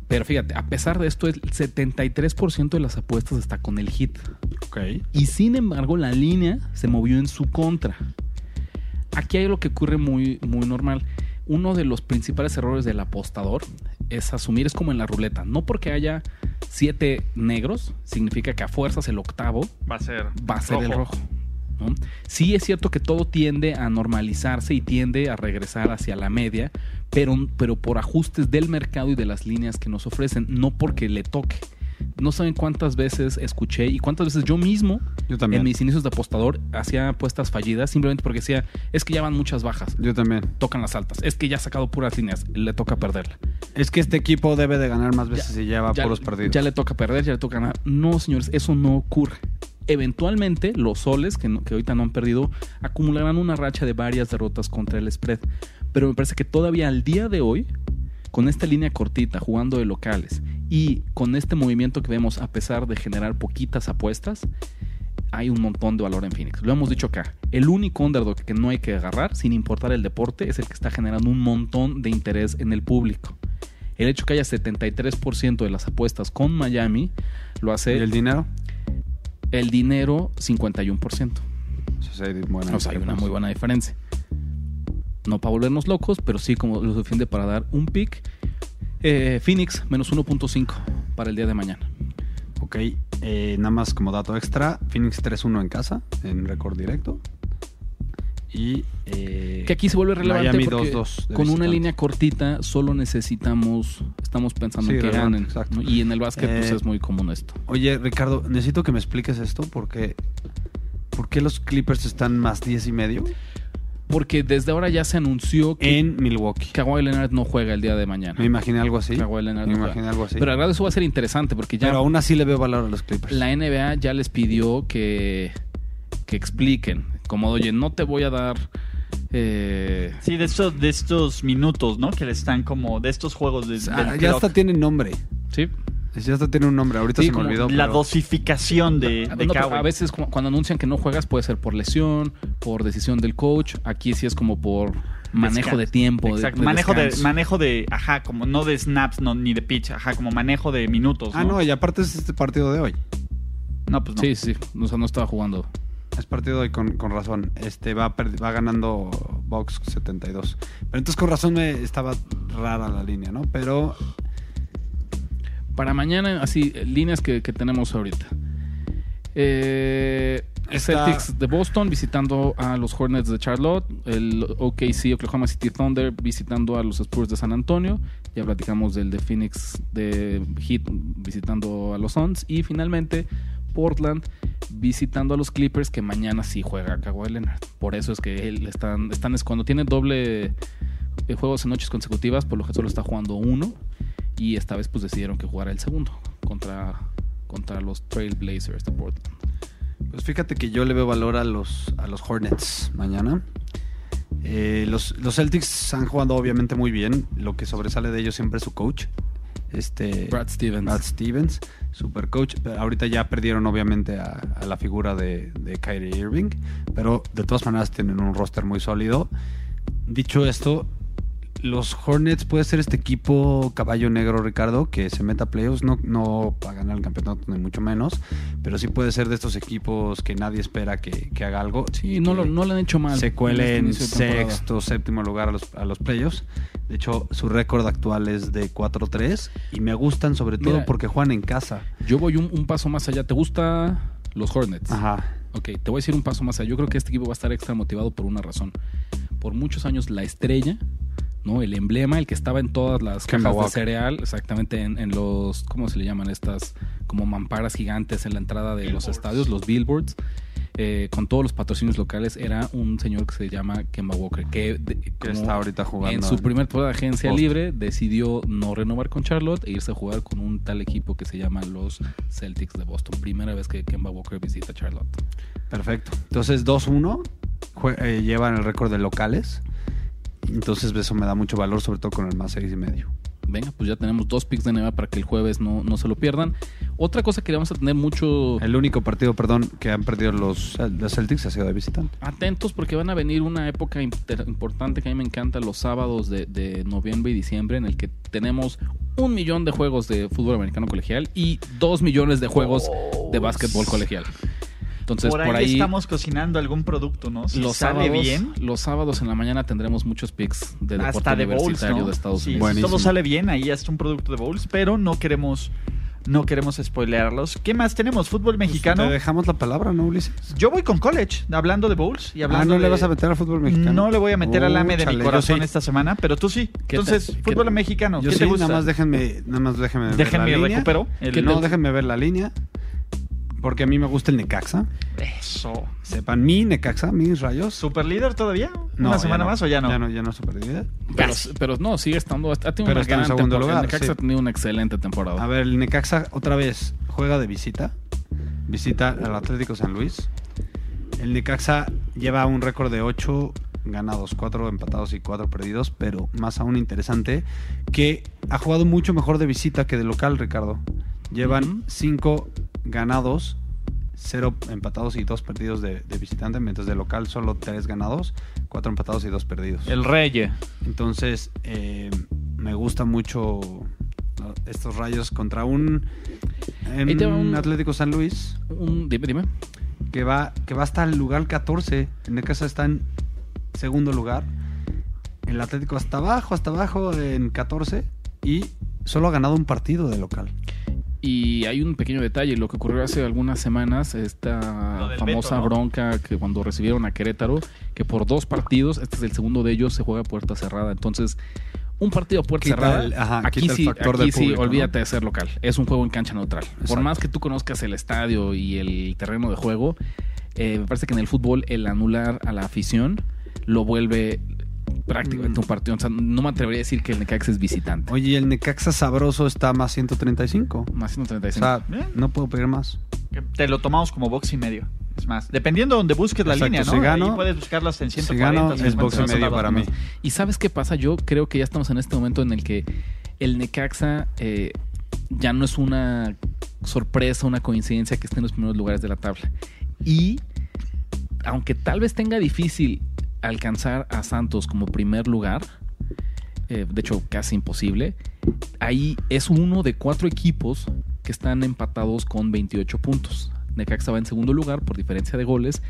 [SPEAKER 4] Pero fíjate, a pesar de esto, el 73% de las apuestas está con el hit.
[SPEAKER 5] Ok.
[SPEAKER 4] Y sin embargo, la línea se movió en su contra. Aquí hay lo que ocurre muy, muy normal. Uno de los principales errores del apostador es asumir, es como en la ruleta. No porque haya siete negros, significa que a fuerzas el octavo
[SPEAKER 3] Va a ser.
[SPEAKER 4] va a ser el rojo. ¿no? Sí es cierto que todo tiende a normalizarse y tiende a regresar hacia la media, pero, pero por ajustes del mercado y de las líneas que nos ofrecen, no porque le toque. No saben cuántas veces escuché y cuántas veces yo mismo
[SPEAKER 5] Yo también.
[SPEAKER 4] en mis inicios de apostador hacía apuestas fallidas simplemente porque decía, es que ya van muchas bajas,
[SPEAKER 5] Yo también.
[SPEAKER 4] tocan las altas, es que ya ha sacado puras líneas, le toca perderla.
[SPEAKER 5] Es que este equipo debe de ganar más veces y lleva
[SPEAKER 4] Ya-
[SPEAKER 5] Ah, puros perdidos.
[SPEAKER 4] Ya le toca perder, ya le toca ganar. No, señores, eso no ocurre. Eventualmente, los soles que, no- que ahorita no han perdido acumularán una racha de varias derrotas contra el spread. Pero me parece que todavía al día de hoy, con esta línea cortita, jugando de locales y con este movimiento que vemos, a pesar de generar poquitas apuestas, hay un montón de valor en Phoenix. Lo hemos dicho acá. El único underdog que no hay que agarrar, sin importar el deporte, es el que está generando un montón de interés en el público. El hecho que haya 73% de las apuestas con Miami lo hace
[SPEAKER 5] ¿Y el
[SPEAKER 4] el,
[SPEAKER 5] dinero?
[SPEAKER 4] dinero 51%.
[SPEAKER 5] Eso sí, bueno,
[SPEAKER 4] O sea, hay una muy buena diferencia. No para volvernos locos, pero sí como lo defiende para dar un pick. Eh, Phoenix menos 1.5 para el día de mañana.
[SPEAKER 5] Ok, eh, nada más como dato extra, Phoenix 3-1 en casa, en récord directo. Y... eh,
[SPEAKER 4] Que aquí se vuelve relevante
[SPEAKER 5] Miami
[SPEAKER 4] porque
[SPEAKER 5] 2-2 de
[SPEAKER 4] con una
[SPEAKER 5] visitante.
[SPEAKER 4] línea cortita solo necesitamos, estamos pensando
[SPEAKER 5] Sí,
[SPEAKER 4] en que
[SPEAKER 5] relevante,
[SPEAKER 4] ganen. ¿no?
[SPEAKER 5] exacto.
[SPEAKER 4] Y en el básquet pues,
[SPEAKER 5] Eh,
[SPEAKER 4] es muy común esto.
[SPEAKER 5] Oye, Ricardo, necesito que me expliques esto porque... ¿Por qué los Clippers están más 10 y medio
[SPEAKER 4] Porque desde ahora ya se anunció que
[SPEAKER 5] en Milwaukee?
[SPEAKER 4] Kawhi Leonard no juega el día de mañana.
[SPEAKER 5] Eh, Me imaginé algo así.
[SPEAKER 4] Kawhi Leonard
[SPEAKER 5] Me
[SPEAKER 4] no juega.
[SPEAKER 5] imaginé algo así.
[SPEAKER 4] Pero
[SPEAKER 5] Pero,
[SPEAKER 4] al grado eso va a ser interesante porque ya
[SPEAKER 5] aún así le veo valor a los Clippers.
[SPEAKER 4] la NBA ya les pidió que, que expliquen. Como, oye, no te voy a dar... eh,
[SPEAKER 3] Sí, de estos, de estos minutos, ¿no? Que le están como. De estos juegos de.
[SPEAKER 5] Ah,
[SPEAKER 3] del
[SPEAKER 5] ya
[SPEAKER 3] clock.
[SPEAKER 5] hasta tiene nombre.
[SPEAKER 4] sí.
[SPEAKER 5] Ya hasta tiene un nombre. Ahorita
[SPEAKER 4] Sí,
[SPEAKER 5] se me
[SPEAKER 4] como
[SPEAKER 5] olvidó.
[SPEAKER 3] La
[SPEAKER 5] pero-
[SPEAKER 3] dosificación de, de
[SPEAKER 4] Ah, No, pero
[SPEAKER 3] Kawhi.
[SPEAKER 4] a veces cu- cuando anuncian que no juegas puede ser por lesión, por decisión del coach. Aquí sí es como por manejo
[SPEAKER 3] Descanso.
[SPEAKER 4] de tiempo.
[SPEAKER 3] Exacto, manejo de,
[SPEAKER 4] descanso.
[SPEAKER 3] manejo de, ajá, como no de snaps, no, ni de pitch, ajá, como manejo de minutos.
[SPEAKER 5] Ah, no, y aparte es este partido de hoy.
[SPEAKER 3] No, pues no.
[SPEAKER 4] Sí, sí, o sea, no estaba jugando.
[SPEAKER 5] Es partido de hoy con, con razón. Este va, per- va ganando Box 72. Pero entonces con razón me estaba rara la línea, ¿no? Pero
[SPEAKER 4] Para mañana, así, líneas que, que tenemos ahorita. Eh,
[SPEAKER 5] Está-
[SPEAKER 4] Celtics de Boston visitando a los Hornets de Charlotte. El OKC Oklahoma City Thunder visitando a los Spurs de San Antonio. Ya platicamos del de Phoenix de Heat visitando a los Suns. Y finalmente Portland visitando a los Clippers que mañana sí juega Kawhi Leonard. Por eso es que él están, están es- cuando tiene doble eh, juegos en noches consecutivas, por lo que solo está jugando uno. Y esta vez pues decidieron que jugara el segundo contra, contra los Trailblazers de Portland.
[SPEAKER 5] pues fíjate que yo le veo valor a los, a los Hornets mañana. Eh, los, los Celtics han jugado obviamente muy bien. Lo que sobresale de ellos siempre es su coach. Este,
[SPEAKER 4] Brad Stevens.
[SPEAKER 5] Brad Stevens, super coach. Pero ahorita ya perdieron obviamente a, a la figura de, de Kyrie Irving, pero de todas maneras tienen un roster muy sólido. Dicho esto, los Hornets puede ser este equipo caballo negro, Ricardo, que se meta a playoffs, no, no para ganar el campeonato ni mucho menos, pero sí puede ser de estos equipos que nadie espera que, que haga algo.
[SPEAKER 4] Sí,
[SPEAKER 5] y
[SPEAKER 4] no,
[SPEAKER 5] que-
[SPEAKER 4] lo, no lo han hecho mal.
[SPEAKER 5] se cuele
[SPEAKER 4] en
[SPEAKER 5] en
[SPEAKER 4] este inicio de temporada.
[SPEAKER 5] sexto, séptimo lugar a los, a los playoffs. De hecho, su récord actual es de 4-3 y me gustan sobre todo
[SPEAKER 4] Mira.
[SPEAKER 5] porque juegan en casa.
[SPEAKER 4] Yo voy un, un paso más allá. ¿Te gusta los Hornets?
[SPEAKER 5] Ajá.
[SPEAKER 4] Ok, te voy a decir un paso más allá. Yo creo que este equipo va a estar extra motivado por una razón. Por muchos años la estrella, ¿no? El emblema, el que estaba en todas las
[SPEAKER 5] Kemba
[SPEAKER 4] cajas de
[SPEAKER 5] Walker.
[SPEAKER 4] cereal, exactamente en, en los, ¿cómo se le llaman estas? Como mamparas gigantes en la entrada de los estadios, los billboards. eh, con todos los patrocinios locales era un señor que se llama Kemba Walker, que, de-
[SPEAKER 5] Que
[SPEAKER 4] como
[SPEAKER 5] está ahorita jugando.
[SPEAKER 4] en su primer temporada de agencia
[SPEAKER 5] Boston.
[SPEAKER 4] libre decidió no renovar con Charlotte e irse a jugar con un tal equipo que se llama los Celtics de Boston. Primera vez que Kemba Walker visita Charlotte.
[SPEAKER 5] Perfecto. Entonces, 2-1, jue- eh, llevan el récord de locales. Entonces, eso me da mucho valor, sobre todo con el más 6 y medio.
[SPEAKER 4] Venga, pues ya tenemos dos picks de NBA para que el jueves no, no se lo pierdan. Otra cosa que vamos a tener mucho
[SPEAKER 5] El único partido, perdón, que han perdido los, los Celtics ha sido de visitante.
[SPEAKER 4] atentos porque van a venir una época inter- importante que a mí me encanta, los sábados de, de noviembre y diciembre, en el que tenemos un millón de juegos de fútbol americano colegial y dos millones de juegos
[SPEAKER 5] Oh.
[SPEAKER 4] de básquetbol colegial. Entonces,
[SPEAKER 3] por, ahí estamos cocinando algún producto, ¿no? Si
[SPEAKER 4] los
[SPEAKER 3] sale
[SPEAKER 4] sábados,
[SPEAKER 3] bien,
[SPEAKER 4] los sábados en la mañana tendremos muchos picks de deporte
[SPEAKER 3] hasta de bowls,
[SPEAKER 4] universitario
[SPEAKER 3] ¿no?
[SPEAKER 4] de Estados
[SPEAKER 3] Sí,
[SPEAKER 4] Unidos.
[SPEAKER 3] Si todo
[SPEAKER 5] Buenísimo.
[SPEAKER 3] sale bien, ahí hasta un producto de bowls, pero no queremos no queremos spoilearlos. ¿Qué más tenemos? Fútbol mexicano.
[SPEAKER 5] Pues Te dejamos la palabra, ¿no, Ulises?
[SPEAKER 3] Yo voy con college, hablando de bowls y hablando
[SPEAKER 5] ah, ¿no
[SPEAKER 3] de-
[SPEAKER 5] le vas a meter al fútbol mexicano?
[SPEAKER 3] No le voy a meter al AME de
[SPEAKER 5] Úchale,
[SPEAKER 3] mi
[SPEAKER 5] yo
[SPEAKER 3] corazón
[SPEAKER 5] sí.
[SPEAKER 3] esta semana, pero tú sí.
[SPEAKER 4] ¿Qué
[SPEAKER 3] Entonces,
[SPEAKER 4] tal? ¿Qué
[SPEAKER 3] fútbol
[SPEAKER 4] tal?
[SPEAKER 3] mexicano,
[SPEAKER 5] Yo
[SPEAKER 3] ¿qué
[SPEAKER 5] sí,
[SPEAKER 3] te gusta?
[SPEAKER 5] nada más déjenme, nada más déjenme ver
[SPEAKER 3] Déjenme
[SPEAKER 5] la línea.
[SPEAKER 3] recupero. El-
[SPEAKER 4] ¿Qué
[SPEAKER 5] No,
[SPEAKER 4] te-
[SPEAKER 5] déjenme ver la línea. Porque a mí me gusta el Necaxa.
[SPEAKER 3] Eso.
[SPEAKER 5] Sepan, mi Necaxa, mis rayos.
[SPEAKER 3] ¿Super líder todavía?
[SPEAKER 5] No,
[SPEAKER 3] ¿Una
[SPEAKER 5] ya
[SPEAKER 3] semana
[SPEAKER 5] no.
[SPEAKER 3] más o ya no?
[SPEAKER 5] Ya no, ya no superlidera.
[SPEAKER 4] Pero, pero no, sigue estando. Ha tenido
[SPEAKER 5] Pero
[SPEAKER 4] una
[SPEAKER 5] está en
[SPEAKER 4] gran
[SPEAKER 5] segundo
[SPEAKER 4] temporada.
[SPEAKER 5] lugar,
[SPEAKER 4] El Necaxa
[SPEAKER 5] sí.
[SPEAKER 4] ha tenido una excelente temporada.
[SPEAKER 5] A ver, el Necaxa otra vez juega de visita. Visita al Atlético San Luis. El Necaxa lleva un récord de 8 ganados, 4 empatados y 4 perdidos, pero más aún interesante, que ha jugado mucho mejor de visita que de local, Ricardo. Llevan 5 ganados, 0 empatados y 2 perdidos de, de visitante, mientras de local solo 3 ganados, 4 empatados y 2 perdidos.
[SPEAKER 3] El Rey.
[SPEAKER 5] Entonces, eh, me gusta mucho estos rayos contra un,
[SPEAKER 4] Ahí te va
[SPEAKER 5] un
[SPEAKER 4] un-
[SPEAKER 5] Atlético San Luis
[SPEAKER 4] Un- dime, dime.
[SPEAKER 5] que va, que va hasta el lugar 14. En el caso está en segundo lugar. El Atlético hasta abajo, hasta abajo en 14. Y solo ha ganado un partido de local.
[SPEAKER 4] Y hay un pequeño detalle, lo que ocurrió hace algunas semanas, esta
[SPEAKER 3] Lo del
[SPEAKER 4] famosa
[SPEAKER 3] veto, ¿no?
[SPEAKER 4] bronca que cuando recibieron a Querétaro, que por dos partidos, este es el segundo de ellos, se juega a puerta cerrada. Entonces, un partido a puerta
[SPEAKER 5] Quita
[SPEAKER 4] cerrada,
[SPEAKER 5] el- ajá,
[SPEAKER 4] aquí
[SPEAKER 5] quita el
[SPEAKER 4] sí,
[SPEAKER 5] factor
[SPEAKER 4] aquí
[SPEAKER 5] del
[SPEAKER 4] sí,
[SPEAKER 5] público,
[SPEAKER 4] olvídate de ser local. Es un juego en cancha neutral. Por
[SPEAKER 5] Exacto.
[SPEAKER 4] más que tú conozcas el estadio y el terreno de juego, eh, me parece que en el fútbol el anular a la afición lo vuelve prácticamente
[SPEAKER 5] Mm.
[SPEAKER 4] un partido. O sea, no me atrevería a decir que el Necaxa es visitante.
[SPEAKER 5] Oye, y el Necaxa sabroso está más 135.
[SPEAKER 4] Más
[SPEAKER 5] O
[SPEAKER 4] 135.
[SPEAKER 5] sea,
[SPEAKER 3] Bien.
[SPEAKER 5] no puedo pedir más.
[SPEAKER 3] Te lo tomamos como box y medio. Es más, dependiendo de donde busques la
[SPEAKER 5] Exacto,
[SPEAKER 3] línea, ¿no?
[SPEAKER 5] si gano-
[SPEAKER 3] Ahí puedes buscarlas en
[SPEAKER 5] si
[SPEAKER 3] 140,
[SPEAKER 5] gano, es box y
[SPEAKER 3] 150,
[SPEAKER 5] medio para mí.
[SPEAKER 4] Y sabes qué pasa, yo creo que ya estamos en este momento en el que el Necaxa eh, ya no es una sorpresa, una coincidencia que esté en los primeros lugares de la tabla. Y aunque tal vez tenga difícil alcanzar a Santos como primer lugar, eh, de hecho casi imposible, ahí es uno de cuatro equipos que están empatados con 28 puntos. Necaxa va en segundo lugar por diferencia de goles,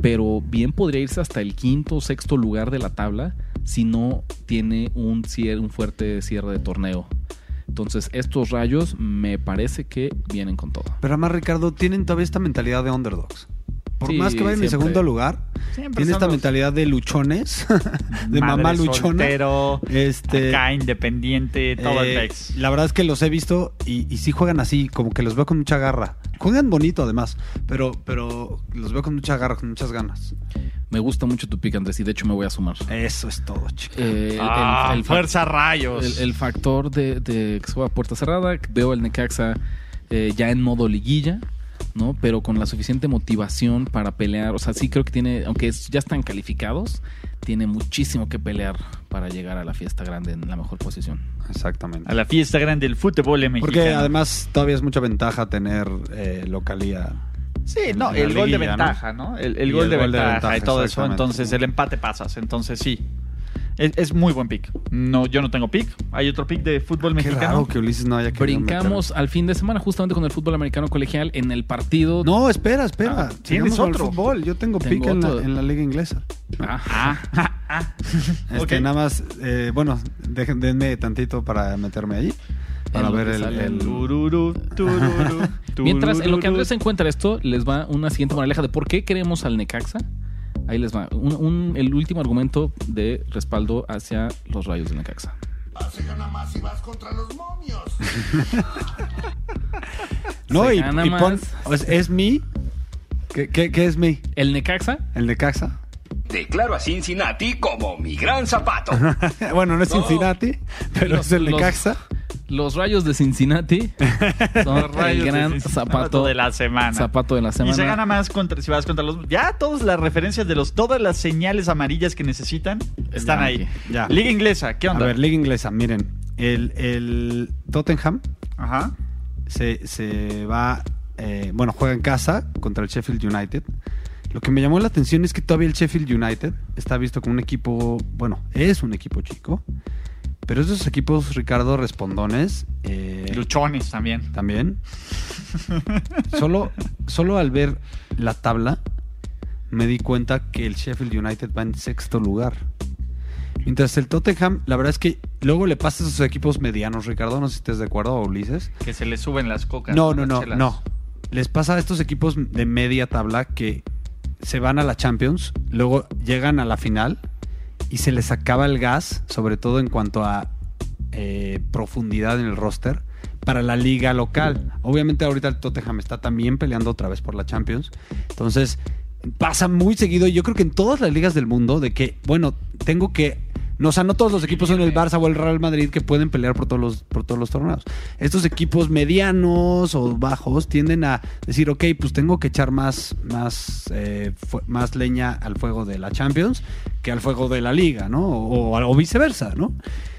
[SPEAKER 4] pero bien podría irse hasta el quinto o sexto lugar de la tabla si no tiene un, cier- un fuerte cierre de torneo. Entonces, estos rayos me parece que vienen con todo.
[SPEAKER 5] Pero además, Ricardo, tienen todavía esta mentalidad de underdogs. Por
[SPEAKER 4] Sí,
[SPEAKER 5] más que vayan en
[SPEAKER 4] siempre.
[SPEAKER 5] segundo lugar,
[SPEAKER 3] Siempre
[SPEAKER 5] tiene
[SPEAKER 3] son
[SPEAKER 5] esta
[SPEAKER 3] los
[SPEAKER 5] mentalidad de luchones, de mamá
[SPEAKER 3] madre
[SPEAKER 5] luchona.
[SPEAKER 3] soltero,
[SPEAKER 5] Este,
[SPEAKER 3] acá independiente, todo el
[SPEAKER 5] eh,
[SPEAKER 3] pex.
[SPEAKER 5] la verdad es que los he visto y, y sí juegan así, como que los veo con mucha garra. Juegan bonito además, pero, pero los veo con mucha garra, con muchas ganas.
[SPEAKER 4] Me gusta mucho tu pick, Andrés, y de hecho me voy a sumar.
[SPEAKER 5] Eso es todo, chicos.
[SPEAKER 4] Eh, el-
[SPEAKER 3] Ah,
[SPEAKER 4] el- el fac-
[SPEAKER 3] fuerza rayos.
[SPEAKER 4] El, el factor de, de que se juega a puerta cerrada, veo el Necaxa eh, ya en modo liguilla, ¿no? Pero con la suficiente motivación para pelear. O sea, sí creo que tiene, aunque es- ya están calificados, tiene muchísimo que pelear para llegar a la fiesta grande en la mejor posición.
[SPEAKER 5] Exactamente.
[SPEAKER 3] A la fiesta grande del fútbol mexicano.
[SPEAKER 5] Porque además todavía es mucha ventaja tener eh, localía.
[SPEAKER 3] Sí,
[SPEAKER 5] en
[SPEAKER 3] no,
[SPEAKER 5] la
[SPEAKER 3] el gol de
[SPEAKER 5] liguilla, ¿no?
[SPEAKER 3] ventaja, ¿no? El, el
[SPEAKER 5] Y
[SPEAKER 3] gol,
[SPEAKER 5] el
[SPEAKER 3] de,
[SPEAKER 5] gol de
[SPEAKER 3] ventaja y
[SPEAKER 5] ventaja,
[SPEAKER 3] todo eso.
[SPEAKER 5] exactamente.
[SPEAKER 3] Entonces, el empate pasas. Entonces, sí. Es, es muy buen pick. No, yo no tengo pick. Hay otro pick de fútbol
[SPEAKER 5] Qué raro
[SPEAKER 3] mexicano.
[SPEAKER 5] que Ulises no haya querido meter.
[SPEAKER 4] Brincamos al fin de semana justamente con el fútbol americano colegial en el partido.
[SPEAKER 5] No, espera, espera.
[SPEAKER 3] Ah, ¿tienes
[SPEAKER 5] Sigamos con el
[SPEAKER 3] otro?
[SPEAKER 5] fútbol. Yo tengo,
[SPEAKER 4] Tengo
[SPEAKER 5] pica en la,
[SPEAKER 4] otro.
[SPEAKER 5] en la liga inglesa.
[SPEAKER 4] Ajá.
[SPEAKER 5] Este,
[SPEAKER 3] Ok.
[SPEAKER 5] nada más, eh, bueno, dejen- denme tantito para meterme ahí. Para
[SPEAKER 4] En lo
[SPEAKER 5] ver
[SPEAKER 4] que
[SPEAKER 5] el,
[SPEAKER 4] sale
[SPEAKER 5] el-
[SPEAKER 3] Tururú, tururú,
[SPEAKER 4] Mientras, en lo que
[SPEAKER 3] tururú.
[SPEAKER 4] Andrés encuentra esto, les va una siguiente moraleja de por qué queremos al Necaxa. Ahí les va. Un- un- el último argumento de respaldo hacia los rayos del Necaxa.
[SPEAKER 5] No,
[SPEAKER 4] Se
[SPEAKER 5] y,
[SPEAKER 4] gana
[SPEAKER 5] y
[SPEAKER 4] más.
[SPEAKER 5] pon. o sea, es mi. ¿Qué, qué, qué es mi?
[SPEAKER 4] El Necaxa,
[SPEAKER 5] ¿El de Caxa?
[SPEAKER 7] Declaro a Cincinnati como mi gran zapato.
[SPEAKER 5] bueno, no es Cincinnati, pero
[SPEAKER 4] Los-
[SPEAKER 5] es el de
[SPEAKER 4] los-
[SPEAKER 5] Caxa.
[SPEAKER 4] los rayos de Cincinnati son el
[SPEAKER 3] Rayos de
[SPEAKER 4] gran
[SPEAKER 3] Cincinnati.
[SPEAKER 4] zapato
[SPEAKER 3] de la semana.
[SPEAKER 4] Zapato de la semana.
[SPEAKER 3] Y se gana más contra, si vas contra los... Ya todas las referencias de los... Todas las señales amarillas que necesitan están
[SPEAKER 4] Ya,
[SPEAKER 3] ahí.
[SPEAKER 5] ya.
[SPEAKER 3] Liga inglesa, ¿qué
[SPEAKER 5] A
[SPEAKER 3] onda?
[SPEAKER 5] ver, liga inglesa, miren. El, el Tottenham
[SPEAKER 3] Ajá.
[SPEAKER 5] se, se va. eh, bueno, juega en casa contra el Sheffield United. Lo que me llamó la atención es que todavía el Sheffield United está visto como un equipo. Bueno, es un equipo chico. Pero esos equipos, Ricardo, respondones, eh,
[SPEAKER 3] Luchones también.
[SPEAKER 5] también. solo, solo al ver la tabla me di cuenta que el Sheffield United va en sexto lugar. Mientras el Tottenham, la verdad es que luego le pasa a esos equipos medianos, Ricardo, no sé si estás de acuerdo, Ulises.
[SPEAKER 3] Que se les suben las cocas.
[SPEAKER 5] No, no,
[SPEAKER 3] las
[SPEAKER 5] no,
[SPEAKER 3] chelas.
[SPEAKER 5] no. Les pasa a estos equipos de media tabla que se van a la Champions, luego llegan a la final y se les acaba el gas, sobre todo en cuanto a eh, profundidad en el roster, para la liga local. Obviamente ahorita el Tottenham está también peleando otra vez por la Champions. Entonces pasa muy seguido, y yo creo que en todas las ligas del mundo, de que, bueno, tengo que... No, o sea, no todos los equipos son el Barça o el Real Madrid que pueden pelear por todos los, por todos los torneos. Estos equipos medianos o bajos tienden a decir, ok, pues tengo que echar más, más, eh, fue- más leña al fuego de la Champions que al fuego de la liga, ¿no? O, o viceversa, ¿no?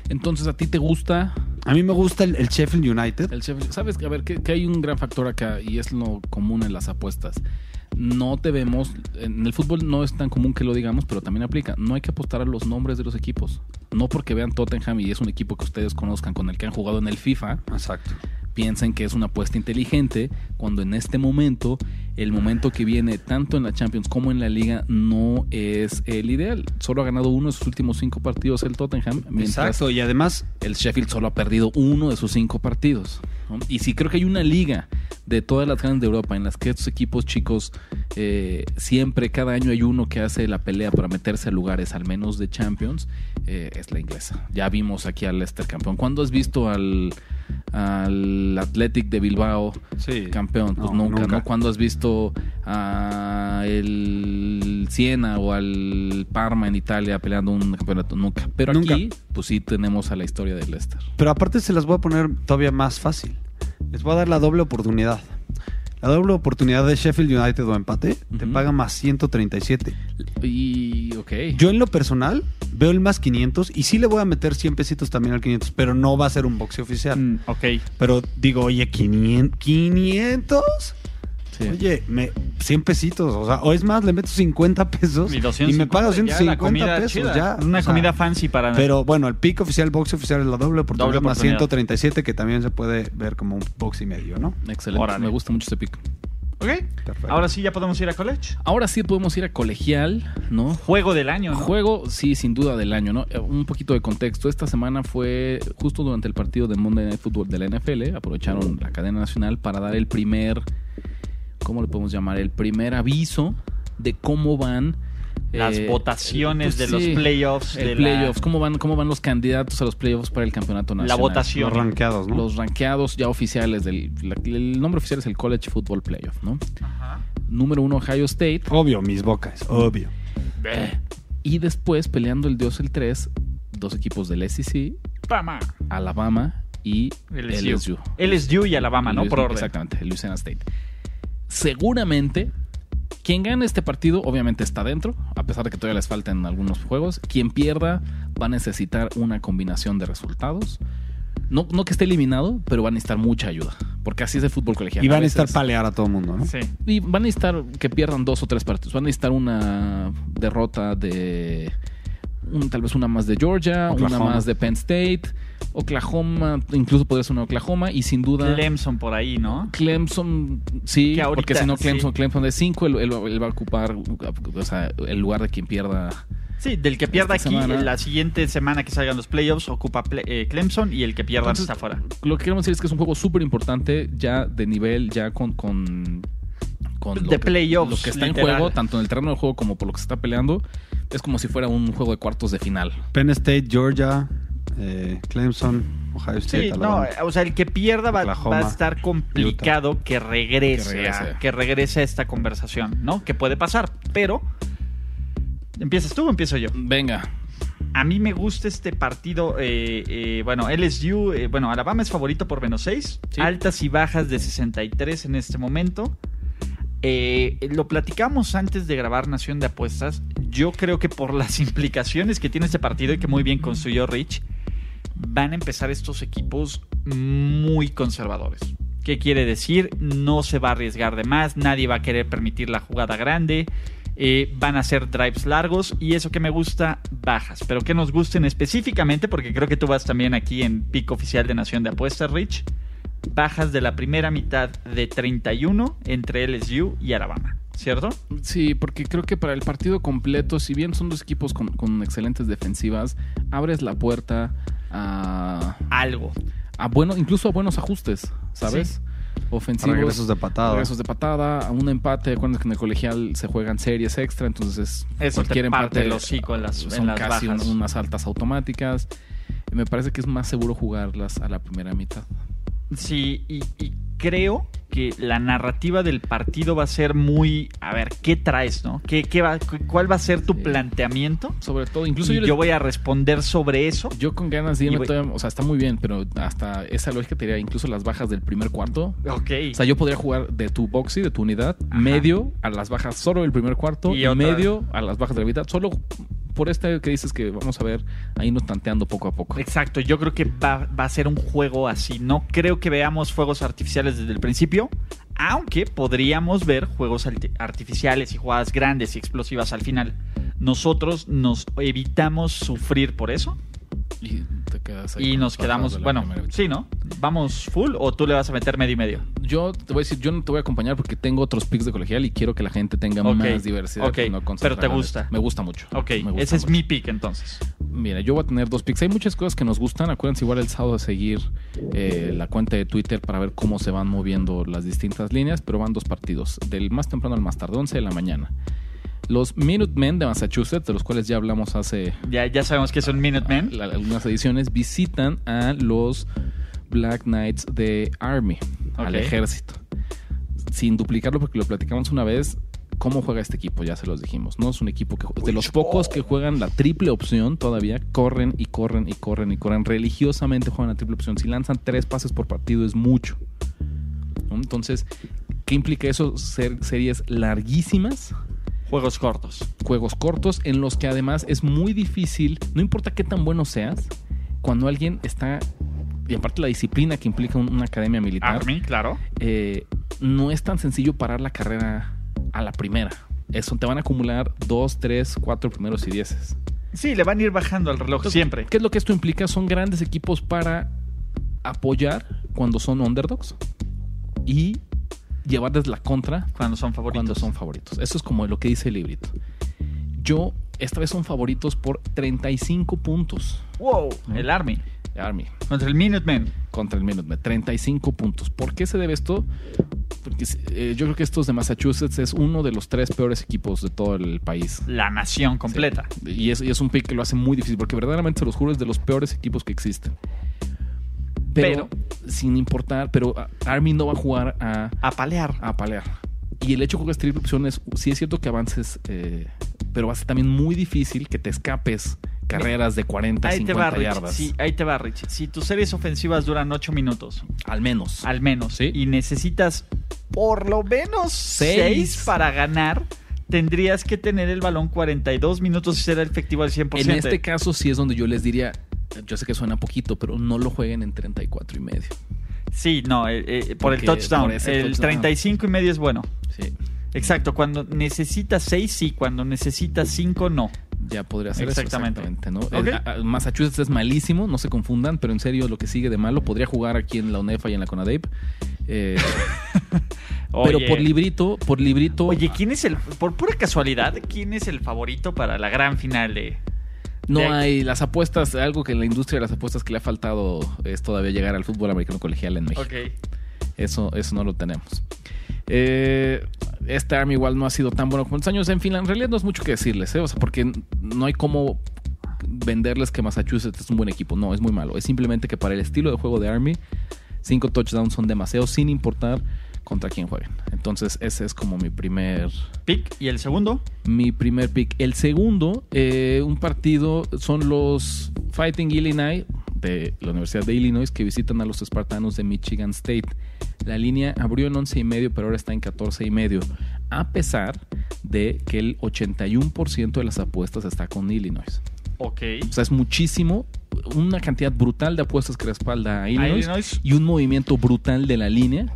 [SPEAKER 4] Entonces, ¿a ti te gusta
[SPEAKER 5] A mí me gusta el, el Sheffield United.
[SPEAKER 4] el Sheffield? Sabes, a ver, que, que hay un gran factor acá y es lo común en las apuestas. No te vemos, en el fútbol no es tan común que lo digamos, pero también aplica. No hay que apostar a los nombres de los equipos. No porque vean Tottenham y es un equipo que ustedes conozcan con el que han jugado en el FIFA,
[SPEAKER 5] Exacto.
[SPEAKER 4] piensen que es una apuesta inteligente, cuando en este momento, el momento que viene tanto en la Champions como en la Liga no es el ideal. Solo ha ganado uno de sus últimos cinco partidos el Tottenham, mientras
[SPEAKER 5] Exacto. Y además,
[SPEAKER 4] el Sheffield solo ha perdido uno de sus cinco partidos. ¿no? Y si creo que hay una liga de todas las grandes de Europa en las que estos equipos chicos eh, siempre, cada año hay uno que hace la pelea para meterse a lugares al menos de Champions, eh, es la inglesa. Ya vimos aquí al Leicester campeón. ¿Cuándo has visto al, al Athletic de Bilbao
[SPEAKER 5] Sí.
[SPEAKER 4] campeón? Pues
[SPEAKER 5] No,
[SPEAKER 4] nunca,
[SPEAKER 5] nunca.
[SPEAKER 4] ¿no? ¿Cuándo has visto al Siena o al Parma en Italia peleando un campeonato? Nunca. Pero
[SPEAKER 5] Nunca.
[SPEAKER 4] aquí, pues sí tenemos a la historia de Leicester.
[SPEAKER 5] Pero aparte se las voy a poner todavía más fácil. Les voy a dar la doble oportunidad. La doble oportunidad de Sheffield United o empate te
[SPEAKER 4] Ujú.
[SPEAKER 5] paga más 137.
[SPEAKER 4] Y, ok.
[SPEAKER 5] Yo en lo personal veo el más 500 y sí le voy a meter 100 pesitos también al 500, pero no va a ser un boxeo oficial.
[SPEAKER 3] Mm, ok.
[SPEAKER 5] Pero digo, oye, 500, 500?
[SPEAKER 4] Sí.
[SPEAKER 5] Oye, me, 100 pesitos, o sea, o es más, le meto 50 pesos y,
[SPEAKER 3] Y 250,
[SPEAKER 5] me paga
[SPEAKER 3] ya la
[SPEAKER 5] 250
[SPEAKER 3] comida
[SPEAKER 5] pesos
[SPEAKER 3] chida.
[SPEAKER 5] ya.
[SPEAKER 3] Una
[SPEAKER 5] o sea,
[SPEAKER 3] comida fancy para.
[SPEAKER 5] pero bueno, el pick oficial, box oficial es la doble oportunidad,
[SPEAKER 3] Doble
[SPEAKER 5] más
[SPEAKER 3] oportunidad.
[SPEAKER 5] 137, que también se puede ver como un box y medio, ¿no?
[SPEAKER 4] Excelente.
[SPEAKER 3] Órale.
[SPEAKER 4] Me gusta mucho este pick.
[SPEAKER 3] Ok.
[SPEAKER 5] Perfecto.
[SPEAKER 3] Ahora sí ya podemos ir a college.
[SPEAKER 4] Ahora sí podemos ir a colegial, ¿no?
[SPEAKER 3] Juego del año, ¿no?
[SPEAKER 4] Juego, sí, sin duda del año, ¿no? Eh, Un poquito de contexto. Esta semana fue justo durante el partido de Monday Night Football de la NFL. Aprovecharon la cadena nacional para dar el primer, ¿cómo le podemos llamar? El primer aviso de cómo van
[SPEAKER 3] Las
[SPEAKER 4] eh,
[SPEAKER 3] votaciones de
[SPEAKER 4] pues
[SPEAKER 3] los
[SPEAKER 4] sí,
[SPEAKER 3] playoffs.
[SPEAKER 4] el
[SPEAKER 3] de la-
[SPEAKER 4] playoffs, ¿Cómo, van, cómo van los candidatos a los playoffs para el campeonato
[SPEAKER 3] La,
[SPEAKER 4] nacional.
[SPEAKER 5] Los
[SPEAKER 3] votación.
[SPEAKER 5] rankeados, ¿no?
[SPEAKER 4] Los rankeados ya oficiales del la- el nombre oficial es el College Football Playoff, ¿no? Número uno Ohio State.
[SPEAKER 5] Obvio, mis bocas, obvio.
[SPEAKER 4] Y después, peleando el Dios el 3, dos equipos del SEC,
[SPEAKER 3] Pama.
[SPEAKER 4] Alabama y LSU.
[SPEAKER 3] LSU. LSU y Alabama, ¿no?
[SPEAKER 4] Luis-
[SPEAKER 3] Por orden.
[SPEAKER 4] Exactamente, Louisiana State. Seguramente, quien gane este partido, obviamente está dentro, a pesar de que todavía les faltan algunos juegos. Quien pierda va a necesitar una combinación de resultados. No, no que esté eliminado, pero van a necesitar mucha ayuda. Porque así es el fútbol colegial.
[SPEAKER 5] Y van a
[SPEAKER 4] veces-
[SPEAKER 5] estar palear a todo el mundo, ¿no?
[SPEAKER 3] Sí.
[SPEAKER 4] y van a necesitar que pierdan dos o tres partidos. Van a necesitar una derrota de. un- tal vez una más de Georgia,
[SPEAKER 5] Oklahoma.
[SPEAKER 4] una más de Penn State, Oklahoma, incluso podría ser una Oklahoma, y sin duda.
[SPEAKER 3] Clemson por ahí, ¿no?
[SPEAKER 4] Clemson, sí,
[SPEAKER 3] Que ahorita,
[SPEAKER 4] porque si no Clemson,
[SPEAKER 3] sí.
[SPEAKER 4] Clemson de 5, él, él- él va a ocupar o sea, el lugar de quien pierda.
[SPEAKER 3] Sí, del que pierda
[SPEAKER 4] Esta
[SPEAKER 3] aquí,
[SPEAKER 4] semana.
[SPEAKER 3] la siguiente semana que salgan los playoffs, ocupa ple- eh, Clemson y el que pierda
[SPEAKER 4] Entonces,
[SPEAKER 3] está fuera.
[SPEAKER 4] Lo que queremos decir es que es un juego súper importante ya de nivel, ya con... con con
[SPEAKER 3] De
[SPEAKER 4] que-
[SPEAKER 3] playoffs,
[SPEAKER 4] lo que está en
[SPEAKER 3] literal.
[SPEAKER 4] juego, tanto en el terreno de juego como por lo que se está peleando, es como si fuera un juego de cuartos de final.
[SPEAKER 5] Penn State, Georgia, eh, Clemson, Ohio State,
[SPEAKER 3] Sí, no,
[SPEAKER 5] Alabama.
[SPEAKER 3] eh, o sea, el que pierda va,
[SPEAKER 5] Oklahoma,
[SPEAKER 3] va a estar complicado que regrese,
[SPEAKER 4] Que regrese.
[SPEAKER 3] A, que regrese a esta conversación, ¿no? Que puede pasar, pero... ¿Empiezas tú o empiezo yo?
[SPEAKER 4] Venga,
[SPEAKER 3] A mí me gusta este partido. eh, eh, bueno, LSU, eh, bueno, Alabama es favorito por menos 6.
[SPEAKER 4] Sí.
[SPEAKER 3] Altas y bajas de 63 en este momento. Eh, lo platicamos antes de grabar Nación de Apuestas. Yo creo que por las implicaciones que tiene este partido y que muy bien construyó Rich, van a empezar estos equipos muy conservadores. ¿Qué quiere decir? No se va a arriesgar de más, nadie va a querer permitir la jugada grande. eh, van a ser drives largos y eso que me gusta, bajas. Pero que nos gusten específicamente, porque creo que tú vas también aquí en pico oficial de Nación de Apuestas, Rich. Bajas de la primera mitad de 31 entre LSU y Alabama, ¿cierto?
[SPEAKER 4] Sí, porque creo que para el partido completo, si bien son dos equipos con, con excelentes defensivas, abres la puerta a,
[SPEAKER 3] Algo.
[SPEAKER 4] a bueno, incluso a buenos ajustes, ¿sabes?
[SPEAKER 5] A
[SPEAKER 4] Ofensivos.
[SPEAKER 5] regresos de patada.
[SPEAKER 4] regresos de patada, a un empate. Acuérdense que en el colegial se juegan series extra, entonces
[SPEAKER 3] Eso te parte el hocico en las- en
[SPEAKER 4] son
[SPEAKER 3] las
[SPEAKER 4] casi
[SPEAKER 3] bajas.
[SPEAKER 4] un- unas altas automáticas. Y Me parece que es más seguro jugarlas a la primera mitad.
[SPEAKER 3] Sí, y, y creo que la narrativa del partido va a ser muy. A ver, ¿qué traes, no? ¿Qué, qué va, cu- ¿Cuál va a ser tu
[SPEAKER 4] Sí.
[SPEAKER 3] planteamiento?
[SPEAKER 4] Sobre todo, incluso
[SPEAKER 3] Y
[SPEAKER 4] yo,
[SPEAKER 3] yo,
[SPEAKER 4] les-
[SPEAKER 3] voy a responder sobre eso.
[SPEAKER 4] yo con ganas de
[SPEAKER 3] Y
[SPEAKER 4] irme
[SPEAKER 3] voy-
[SPEAKER 4] todavía- o sea, está muy bien, pero hasta esa lógica te diría incluso las bajas del primer cuarto.
[SPEAKER 3] Ok.
[SPEAKER 4] O sea, yo podría jugar de tu boxy, de tu unidad,
[SPEAKER 3] Ajá.
[SPEAKER 4] medio a las bajas solo del primer cuarto
[SPEAKER 3] Y
[SPEAKER 4] y,
[SPEAKER 3] otra
[SPEAKER 4] medio a las bajas de la mitad, solo por este que dices que vamos a ver ahí nos tanteando poco a poco.
[SPEAKER 3] Exacto, yo creo que va, va a ser un juego así. No creo que veamos fuegos artificiales desde el principio, aunque podríamos ver juegos alti- artificiales y jugadas grandes y explosivas al final. Nosotros nos evitamos sufrir por eso
[SPEAKER 4] Y te quedas ahí
[SPEAKER 3] y
[SPEAKER 4] con
[SPEAKER 3] nos
[SPEAKER 4] las bajas de
[SPEAKER 3] quedamos,
[SPEAKER 4] la
[SPEAKER 3] bueno,
[SPEAKER 4] primera mitad.
[SPEAKER 3] sí, ¿no? ¿Vamos full o tú le vas a meter medio y medio?
[SPEAKER 4] Yo te voy a decir, yo no te voy a acompañar porque tengo otros picks de colegial y quiero que la gente tenga
[SPEAKER 3] Ok,
[SPEAKER 4] más diversidad.
[SPEAKER 3] ok,
[SPEAKER 4] y no
[SPEAKER 3] pero
[SPEAKER 4] concentrarla
[SPEAKER 3] te
[SPEAKER 4] en
[SPEAKER 3] gusta.
[SPEAKER 4] esto. Me gusta mucho.
[SPEAKER 3] Ok,
[SPEAKER 4] me gusta
[SPEAKER 3] ese es
[SPEAKER 4] mucho.
[SPEAKER 3] mi pick entonces.
[SPEAKER 4] Mira, yo voy a tener dos picks. Hay muchas cosas que nos gustan. Acuérdense igual el sábado de seguir eh, la cuenta de Twitter para ver cómo se van moviendo las distintas líneas, pero van dos partidos, del más temprano al más tarde, 11 de la mañana. Los Minutemen de Massachusetts, de los cuales ya hablamos hace
[SPEAKER 3] Ya, ya sabemos que es un Minuteman.
[SPEAKER 4] la- algunas ediciones, visitan a los Black Knights de Army, al
[SPEAKER 3] Ok.
[SPEAKER 4] ejército. Sin duplicarlo, porque lo platicamos una vez, cómo juega este equipo, ya se los dijimos, ¿no? Es un equipo que de los pocos que juegan la triple opción todavía, corren y corren y corren y corren, religiosamente juegan la triple opción. Si lanzan tres pases por partido es mucho. ¿no? Entonces, ¿qué implica eso? Ser series larguísimas
[SPEAKER 3] Juegos cortos.
[SPEAKER 4] juegos cortos en los que además es muy difícil, no importa qué tan bueno seas, cuando alguien está, y aparte la disciplina que implica un- una academia militar,
[SPEAKER 3] Army, claro.
[SPEAKER 4] eh, no es tan sencillo parar la carrera a la primera. Eso te van a acumular dos, tres, cuatro primeros y dieces.
[SPEAKER 3] Sí, le van a ir bajando al reloj
[SPEAKER 4] Entonces,
[SPEAKER 3] siempre.
[SPEAKER 4] ¿Qué es lo que esto implica? Son grandes equipos para apoyar cuando son underdogs y llevarles la contra
[SPEAKER 3] Cuando son favoritos.
[SPEAKER 4] cuando son favoritos. Eso es como lo que dice el librito. Yo, esta vez son favoritos por 35 puntos.
[SPEAKER 3] Wow, el Army.
[SPEAKER 4] Army
[SPEAKER 3] Contra el Minuteman.
[SPEAKER 4] contra el Minutemen. 35 puntos. ¿Por qué se debe esto? Porque eh, yo creo que estos de Massachusetts es uno de los tres peores equipos de todo el país.
[SPEAKER 3] La nación completa.
[SPEAKER 4] Sí. Y, es, y es un pick que lo hace muy difícil, porque verdaderamente se los juro es de los peores equipos que existen. Pero, sin importar, pero ah, Army no va a jugar a
[SPEAKER 3] A palear.
[SPEAKER 4] a palear. Y el hecho de que juegues triple opción es, sí es cierto que avances, eh, pero va a ser también muy difícil que te escapes carreras de 40,
[SPEAKER 3] Ahí te, va,
[SPEAKER 4] 50
[SPEAKER 3] Rich.
[SPEAKER 4] yardas.
[SPEAKER 3] Sí, ahí te va, Rich. Si tus series ofensivas duran 8 minutos,
[SPEAKER 4] Al menos.
[SPEAKER 3] al menos,
[SPEAKER 4] Sí.
[SPEAKER 3] y necesitas por lo menos
[SPEAKER 4] Seis.
[SPEAKER 3] 6 para ganar, tendrías que tener el balón 42 minutos y ser efectivo al 100%.
[SPEAKER 4] en este caso sí es donde yo les diría, yo sé que suena poquito, pero no lo jueguen en 34 y medio.
[SPEAKER 3] Sí, no, eh, eh, por el
[SPEAKER 4] Porque
[SPEAKER 3] touchdown.
[SPEAKER 4] por ese
[SPEAKER 3] el
[SPEAKER 4] touchdown.
[SPEAKER 3] 35 y medio es bueno.
[SPEAKER 4] Sí,
[SPEAKER 3] Exacto, cuando necesitas 6 sí, cuando necesitas 5 no.
[SPEAKER 4] ya podría ser eso,
[SPEAKER 3] Exactamente.
[SPEAKER 4] exactamente, ¿no?
[SPEAKER 3] Ok.
[SPEAKER 4] El- a- a- Massachusetts es malísimo, no se confundan, pero en serio lo que sigue de malo podría jugar aquí en la UNEFA y en la CONADEP. eh, pero
[SPEAKER 3] Oye.
[SPEAKER 4] por librito, por librito.
[SPEAKER 3] Oye, ¿quién es el por pura casualidad, quién es el favorito para la gran final de
[SPEAKER 4] No
[SPEAKER 3] De aquí.
[SPEAKER 4] hay las apuestas, algo que en la industria de las apuestas que le ha faltado es todavía llegar al fútbol americano colegial en México.
[SPEAKER 3] Ok.
[SPEAKER 4] Eso, eso no lo tenemos. Eh, este Army igual no ha sido tan bueno como los años. En fin, en realidad no es mucho que decirles, ¿eh? o sea, porque no hay cómo venderles que Massachusetts es un buen equipo. No, es muy malo. Es simplemente que para el estilo de juego de Army, cinco touchdowns son demasiado sin importar contra quién jueguen. Entonces, ese es como mi primer
[SPEAKER 3] Pick y el segundo.
[SPEAKER 4] mi primer pick. El segundo, eh, un partido, son los Fighting Illinois de la Universidad de Illinois que visitan a los espartanos de Michigan State. La línea abrió en 11 y medio, pero ahora está en 14 y medio. A pesar de que el 81% de las apuestas está con Illinois.
[SPEAKER 3] Ok.
[SPEAKER 4] O sea, es muchísimo, una cantidad brutal de apuestas que respalda a Illinois,
[SPEAKER 3] Illinois.
[SPEAKER 4] y un movimiento brutal de la línea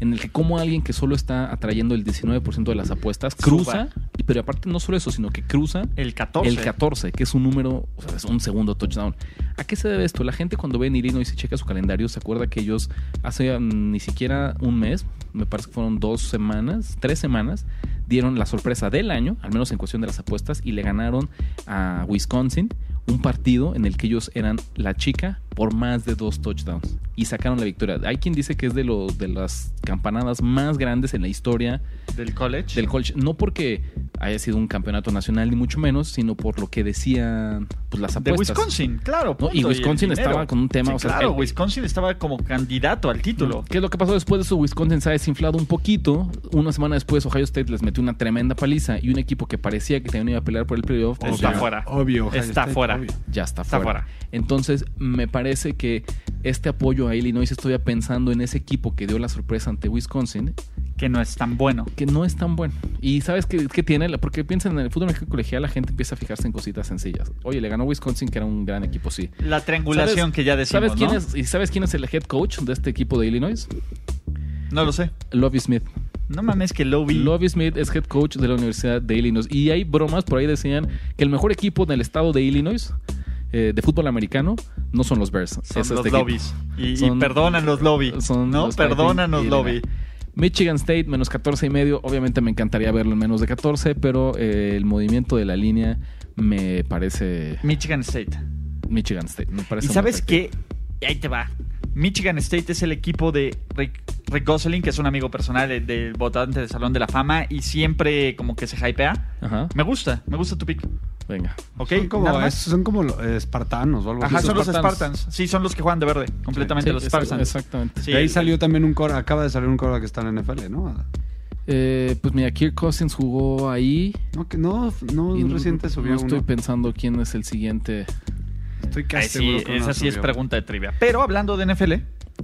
[SPEAKER 4] en el que como alguien que solo está atrayendo el 19% de las apuestas cruza y Pero aparte no solo eso, sino que cruza
[SPEAKER 3] El 14.
[SPEAKER 4] el 14, que es un número, o sea, es un segundo touchdown. ¿A qué se debe esto? La gente cuando ve en Illinois y checa su calendario, se acuerda que ellos hace mm, ni siquiera un mes, me parece que fueron dos semanas, tres semanas, dieron la sorpresa del año, al menos en cuestión de las apuestas, y le ganaron a Wisconsin un partido en el que ellos eran la chica por más de dos touchdowns y sacaron la victoria. Hay quien dice que es de, los, de las campanadas más grandes en la historia
[SPEAKER 3] del college.
[SPEAKER 4] del college. No porque haya sido un campeonato nacional, ni mucho menos, sino por lo que decían pues, las
[SPEAKER 3] de
[SPEAKER 4] apuestas.
[SPEAKER 3] Wisconsin, claro.
[SPEAKER 4] No, y
[SPEAKER 3] punto,
[SPEAKER 4] Wisconsin
[SPEAKER 3] el dinero.
[SPEAKER 4] estaba con un tema,
[SPEAKER 3] Sí,
[SPEAKER 4] o sea, eh, Mm,
[SPEAKER 3] claro,
[SPEAKER 4] el-
[SPEAKER 3] Wisconsin estaba como candidato al título.
[SPEAKER 4] ¿Qué es lo que pasó después de eso? Wisconsin se ha desinflado un poquito. Una semana después, Ohio State les metió una tremenda paliza y un equipo que parecía que también iba a pelear por el playoff pues,
[SPEAKER 3] Oh, Está
[SPEAKER 4] ya-
[SPEAKER 3] fuera.
[SPEAKER 5] Obvio. Ohio
[SPEAKER 3] Está
[SPEAKER 5] State,
[SPEAKER 3] fuera.
[SPEAKER 5] obvio.
[SPEAKER 4] ya está
[SPEAKER 3] Está
[SPEAKER 4] fuera.
[SPEAKER 3] fuera.
[SPEAKER 4] Entonces, me parece que este apoyo a Illinois estoy pensando en ese equipo que dio la sorpresa ante Wisconsin
[SPEAKER 3] Que no es tan bueno.
[SPEAKER 4] que no es tan bueno. Y sabes que, tiene, La- porque piensan en el fútbol mexicano colegial, la gente empieza a fijarse en cositas sencillas. Oye, le ganó Wisconsin, que era un gran equipo, sí.
[SPEAKER 3] La triangulación
[SPEAKER 4] ¿Sabes-
[SPEAKER 3] que ya decimos,
[SPEAKER 4] ¿sabes quién
[SPEAKER 3] ¿no?
[SPEAKER 4] es, ¿Y sabes quién es el head coach de este equipo de Illinois?
[SPEAKER 3] No lo sé.
[SPEAKER 4] Lovie Smith.
[SPEAKER 3] No mames que Lobby.
[SPEAKER 4] Lovie Smith es head coach de la Universidad de Illinois. Y hay bromas, por ahí decían que el mejor equipo del estado de Illinois eh, de fútbol americano no son los Bears.
[SPEAKER 3] son
[SPEAKER 4] es
[SPEAKER 3] los
[SPEAKER 4] este equipo.
[SPEAKER 3] lobbies. Y, y
[SPEAKER 4] Son-
[SPEAKER 3] perdonan los lobby.
[SPEAKER 4] son
[SPEAKER 3] no,
[SPEAKER 4] los
[SPEAKER 3] perdonan los
[SPEAKER 4] Titans y
[SPEAKER 3] lobby.
[SPEAKER 4] la- Michigan State menos 14 y medio. Obviamente me encantaría verlo en menos de 14, pero eh, el movimiento de la línea me parece
[SPEAKER 3] Michigan State.
[SPEAKER 4] Michigan State. Me parece
[SPEAKER 3] ¿Y
[SPEAKER 4] muy
[SPEAKER 3] sabes
[SPEAKER 4] atractivo.
[SPEAKER 3] qué? Ahí te va. Michigan State es el equipo de Rick, Rick Gosling, que es un amigo personal eh, del votante del Salón de la Fama y siempre como que se hypea.
[SPEAKER 4] Ajá.
[SPEAKER 3] Me gusta, me gusta tu pick.
[SPEAKER 4] Venga.
[SPEAKER 3] ¿Ok?
[SPEAKER 5] Son como,
[SPEAKER 3] Nada más.
[SPEAKER 5] es- son como lo- eh, espartanos o algo
[SPEAKER 3] Ajá,
[SPEAKER 5] así.
[SPEAKER 3] son los
[SPEAKER 4] Spartans.
[SPEAKER 3] Spartans. Sí, son los que juegan de verde, completamente
[SPEAKER 4] Sí,
[SPEAKER 3] los
[SPEAKER 4] exact-
[SPEAKER 3] Spartans.
[SPEAKER 4] Exactamente.
[SPEAKER 3] Sí,
[SPEAKER 5] De ahí
[SPEAKER 3] el-
[SPEAKER 5] salió también un core, acaba de salir un core que está en la NFL, ¿no?
[SPEAKER 4] Eh, pues mira, Kirk Cousins jugó ahí.
[SPEAKER 5] No, que no, no
[SPEAKER 4] Y
[SPEAKER 5] reciente subió
[SPEAKER 4] no estoy
[SPEAKER 5] uno.
[SPEAKER 4] pensando quién es el siguiente.
[SPEAKER 5] Estoy
[SPEAKER 3] Ay,
[SPEAKER 5] casi
[SPEAKER 3] sí,
[SPEAKER 5] seguro que uno
[SPEAKER 3] esa sí es
[SPEAKER 5] subió.
[SPEAKER 3] pregunta de trivia. Pero hablando de NFL,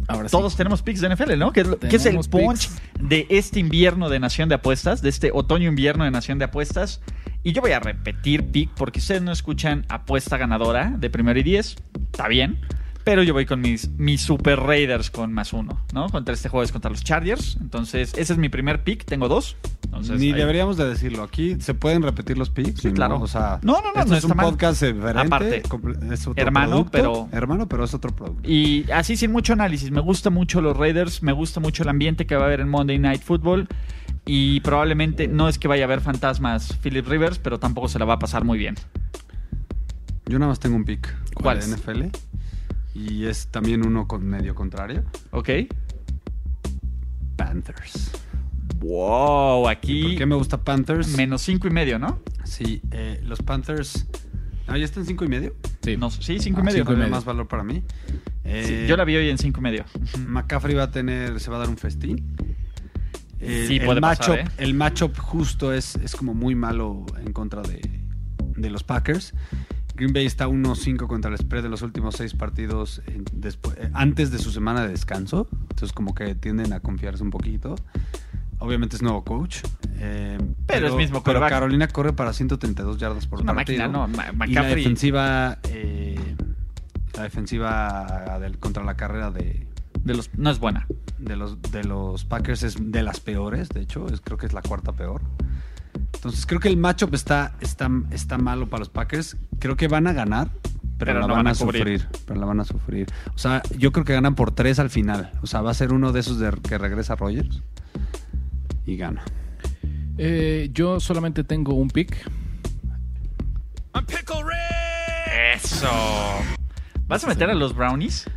[SPEAKER 4] Ahora sí.
[SPEAKER 3] todos tenemos picks de NFL, ¿no? Que, es lo- que es el
[SPEAKER 4] Tenemos
[SPEAKER 3] punch
[SPEAKER 4] picks.
[SPEAKER 3] de este invierno de Nación de Apuestas, de este otoño-invierno de Nación de Apuestas. Y yo voy a repetir pick porque ustedes no escuchan apuesta ganadora de primero y diez. Está bien. Pero yo voy con mis, mis Super Raiders con más uno, ¿no? Contra este jueves contra los Chargers. Entonces, ese es mi primer pick. Tengo dos. Entonces,
[SPEAKER 5] Ni
[SPEAKER 3] ahí-
[SPEAKER 5] deberíamos de decirlo. Aquí se pueden repetir los picks.
[SPEAKER 3] Sí,
[SPEAKER 5] ¿no?
[SPEAKER 3] claro.
[SPEAKER 5] O sea,
[SPEAKER 3] No, no, no,
[SPEAKER 5] esto
[SPEAKER 3] no
[SPEAKER 5] es
[SPEAKER 3] está
[SPEAKER 5] un
[SPEAKER 3] mal.
[SPEAKER 5] podcast diferente.
[SPEAKER 3] Aparte.
[SPEAKER 5] comple- es otro
[SPEAKER 3] Hermano, pero-
[SPEAKER 5] producto, Hermano, pero es otro producto.
[SPEAKER 3] Y así sin mucho análisis, me gusta mucho los Raiders, me gusta mucho el ambiente que va a haber en Monday Night Football y probablemente no es que vaya a haber fantasmas Philip Rivers, pero tampoco se la va a pasar muy bien.
[SPEAKER 5] Yo nada más tengo un pick.
[SPEAKER 3] ¿Cuál
[SPEAKER 5] de
[SPEAKER 3] es?
[SPEAKER 5] NFL. Y es también uno con medio contrario.
[SPEAKER 3] ¿Ok?
[SPEAKER 5] Panthers.
[SPEAKER 3] Wow,
[SPEAKER 5] ¿Por
[SPEAKER 3] aquí
[SPEAKER 5] qué me gusta Panthers?
[SPEAKER 3] menos cinco y medio, ¿no?
[SPEAKER 5] Sí, eh, los Panthers. Ah, ya están cinco y medio.
[SPEAKER 4] Sí.
[SPEAKER 3] No, sí, cinco
[SPEAKER 5] Ah,
[SPEAKER 3] y medio.
[SPEAKER 5] cinco y
[SPEAKER 3] ¿no?
[SPEAKER 5] medio. más valor para mí.
[SPEAKER 3] Sí,
[SPEAKER 5] Eh,
[SPEAKER 3] yo la vi hoy en cinco y medio.
[SPEAKER 5] McCaffrey va a tener, se va a dar un festín. El,
[SPEAKER 3] Sí, puede
[SPEAKER 5] el matchup,
[SPEAKER 3] pasar, ¿eh?
[SPEAKER 5] el matchup justo es, es como muy malo en contra de, de los Packers. Green Bay está 1-5 contra el spread de los últimos seis partidos en- despu- eh, antes de su semana de descanso. Entonces como que tienden a confiarse un poquito. Obviamente es nuevo coach. eh,
[SPEAKER 3] Pero es mismo
[SPEAKER 5] Pero
[SPEAKER 3] quarterback.
[SPEAKER 5] Carolina corre para 132 yardas por
[SPEAKER 3] Es una
[SPEAKER 5] partido.
[SPEAKER 3] máquina, ¿no? Ma-
[SPEAKER 5] Y la
[SPEAKER 3] McCaffrey.
[SPEAKER 5] defensiva, eh, la defensiva del- contra la carrera de,
[SPEAKER 3] de los, no es buena.
[SPEAKER 5] de los, de los Packers es de las peores, de hecho, es- creo que es la cuarta peor. Entonces creo que el matchup está, está, está malo para los Packers. Creo que van a ganar, pero,
[SPEAKER 3] Pero
[SPEAKER 5] la
[SPEAKER 3] no
[SPEAKER 5] van,
[SPEAKER 3] van
[SPEAKER 5] a,
[SPEAKER 3] a cubrir.
[SPEAKER 5] sufrir. Pero la van a sufrir. O sea, yo creo que ganan por tres al final. O sea, va a ser uno de esos de- que regresa Rogers y gana.
[SPEAKER 4] Eh, yo solamente tengo un pick.
[SPEAKER 3] Eso. ¿Vas a meter a los Brownies?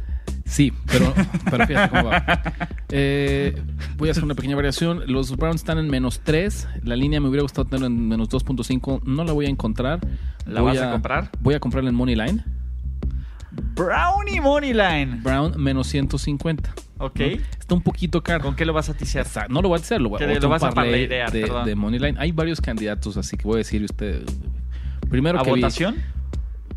[SPEAKER 4] Sí, pero, pero fíjate cómo va. Eh, voy a hacer una pequeña variación. Los Browns están en menos 3. La línea me hubiera gustado tener en menos 2.5. No la voy a encontrar.
[SPEAKER 3] ¿La
[SPEAKER 4] Voy
[SPEAKER 3] vas a comprar?
[SPEAKER 4] Voy a comprarla en Money Line.
[SPEAKER 3] Brownie Money Line.
[SPEAKER 4] Brown menos 150.
[SPEAKER 3] ¿Ok?
[SPEAKER 4] Está un poquito caro.
[SPEAKER 3] ¿Con qué lo vas a ticiar?
[SPEAKER 4] Está- no lo voy a hacer, lo voy
[SPEAKER 3] Te-
[SPEAKER 4] a,
[SPEAKER 3] lo
[SPEAKER 4] otro
[SPEAKER 3] vas a
[SPEAKER 4] parlay
[SPEAKER 3] parlayar,
[SPEAKER 4] de,
[SPEAKER 3] perdón.
[SPEAKER 4] de Money Line. Hay varios candidatos, así que voy a decir usted. Primero
[SPEAKER 3] ¿A
[SPEAKER 4] que vi-
[SPEAKER 3] votación?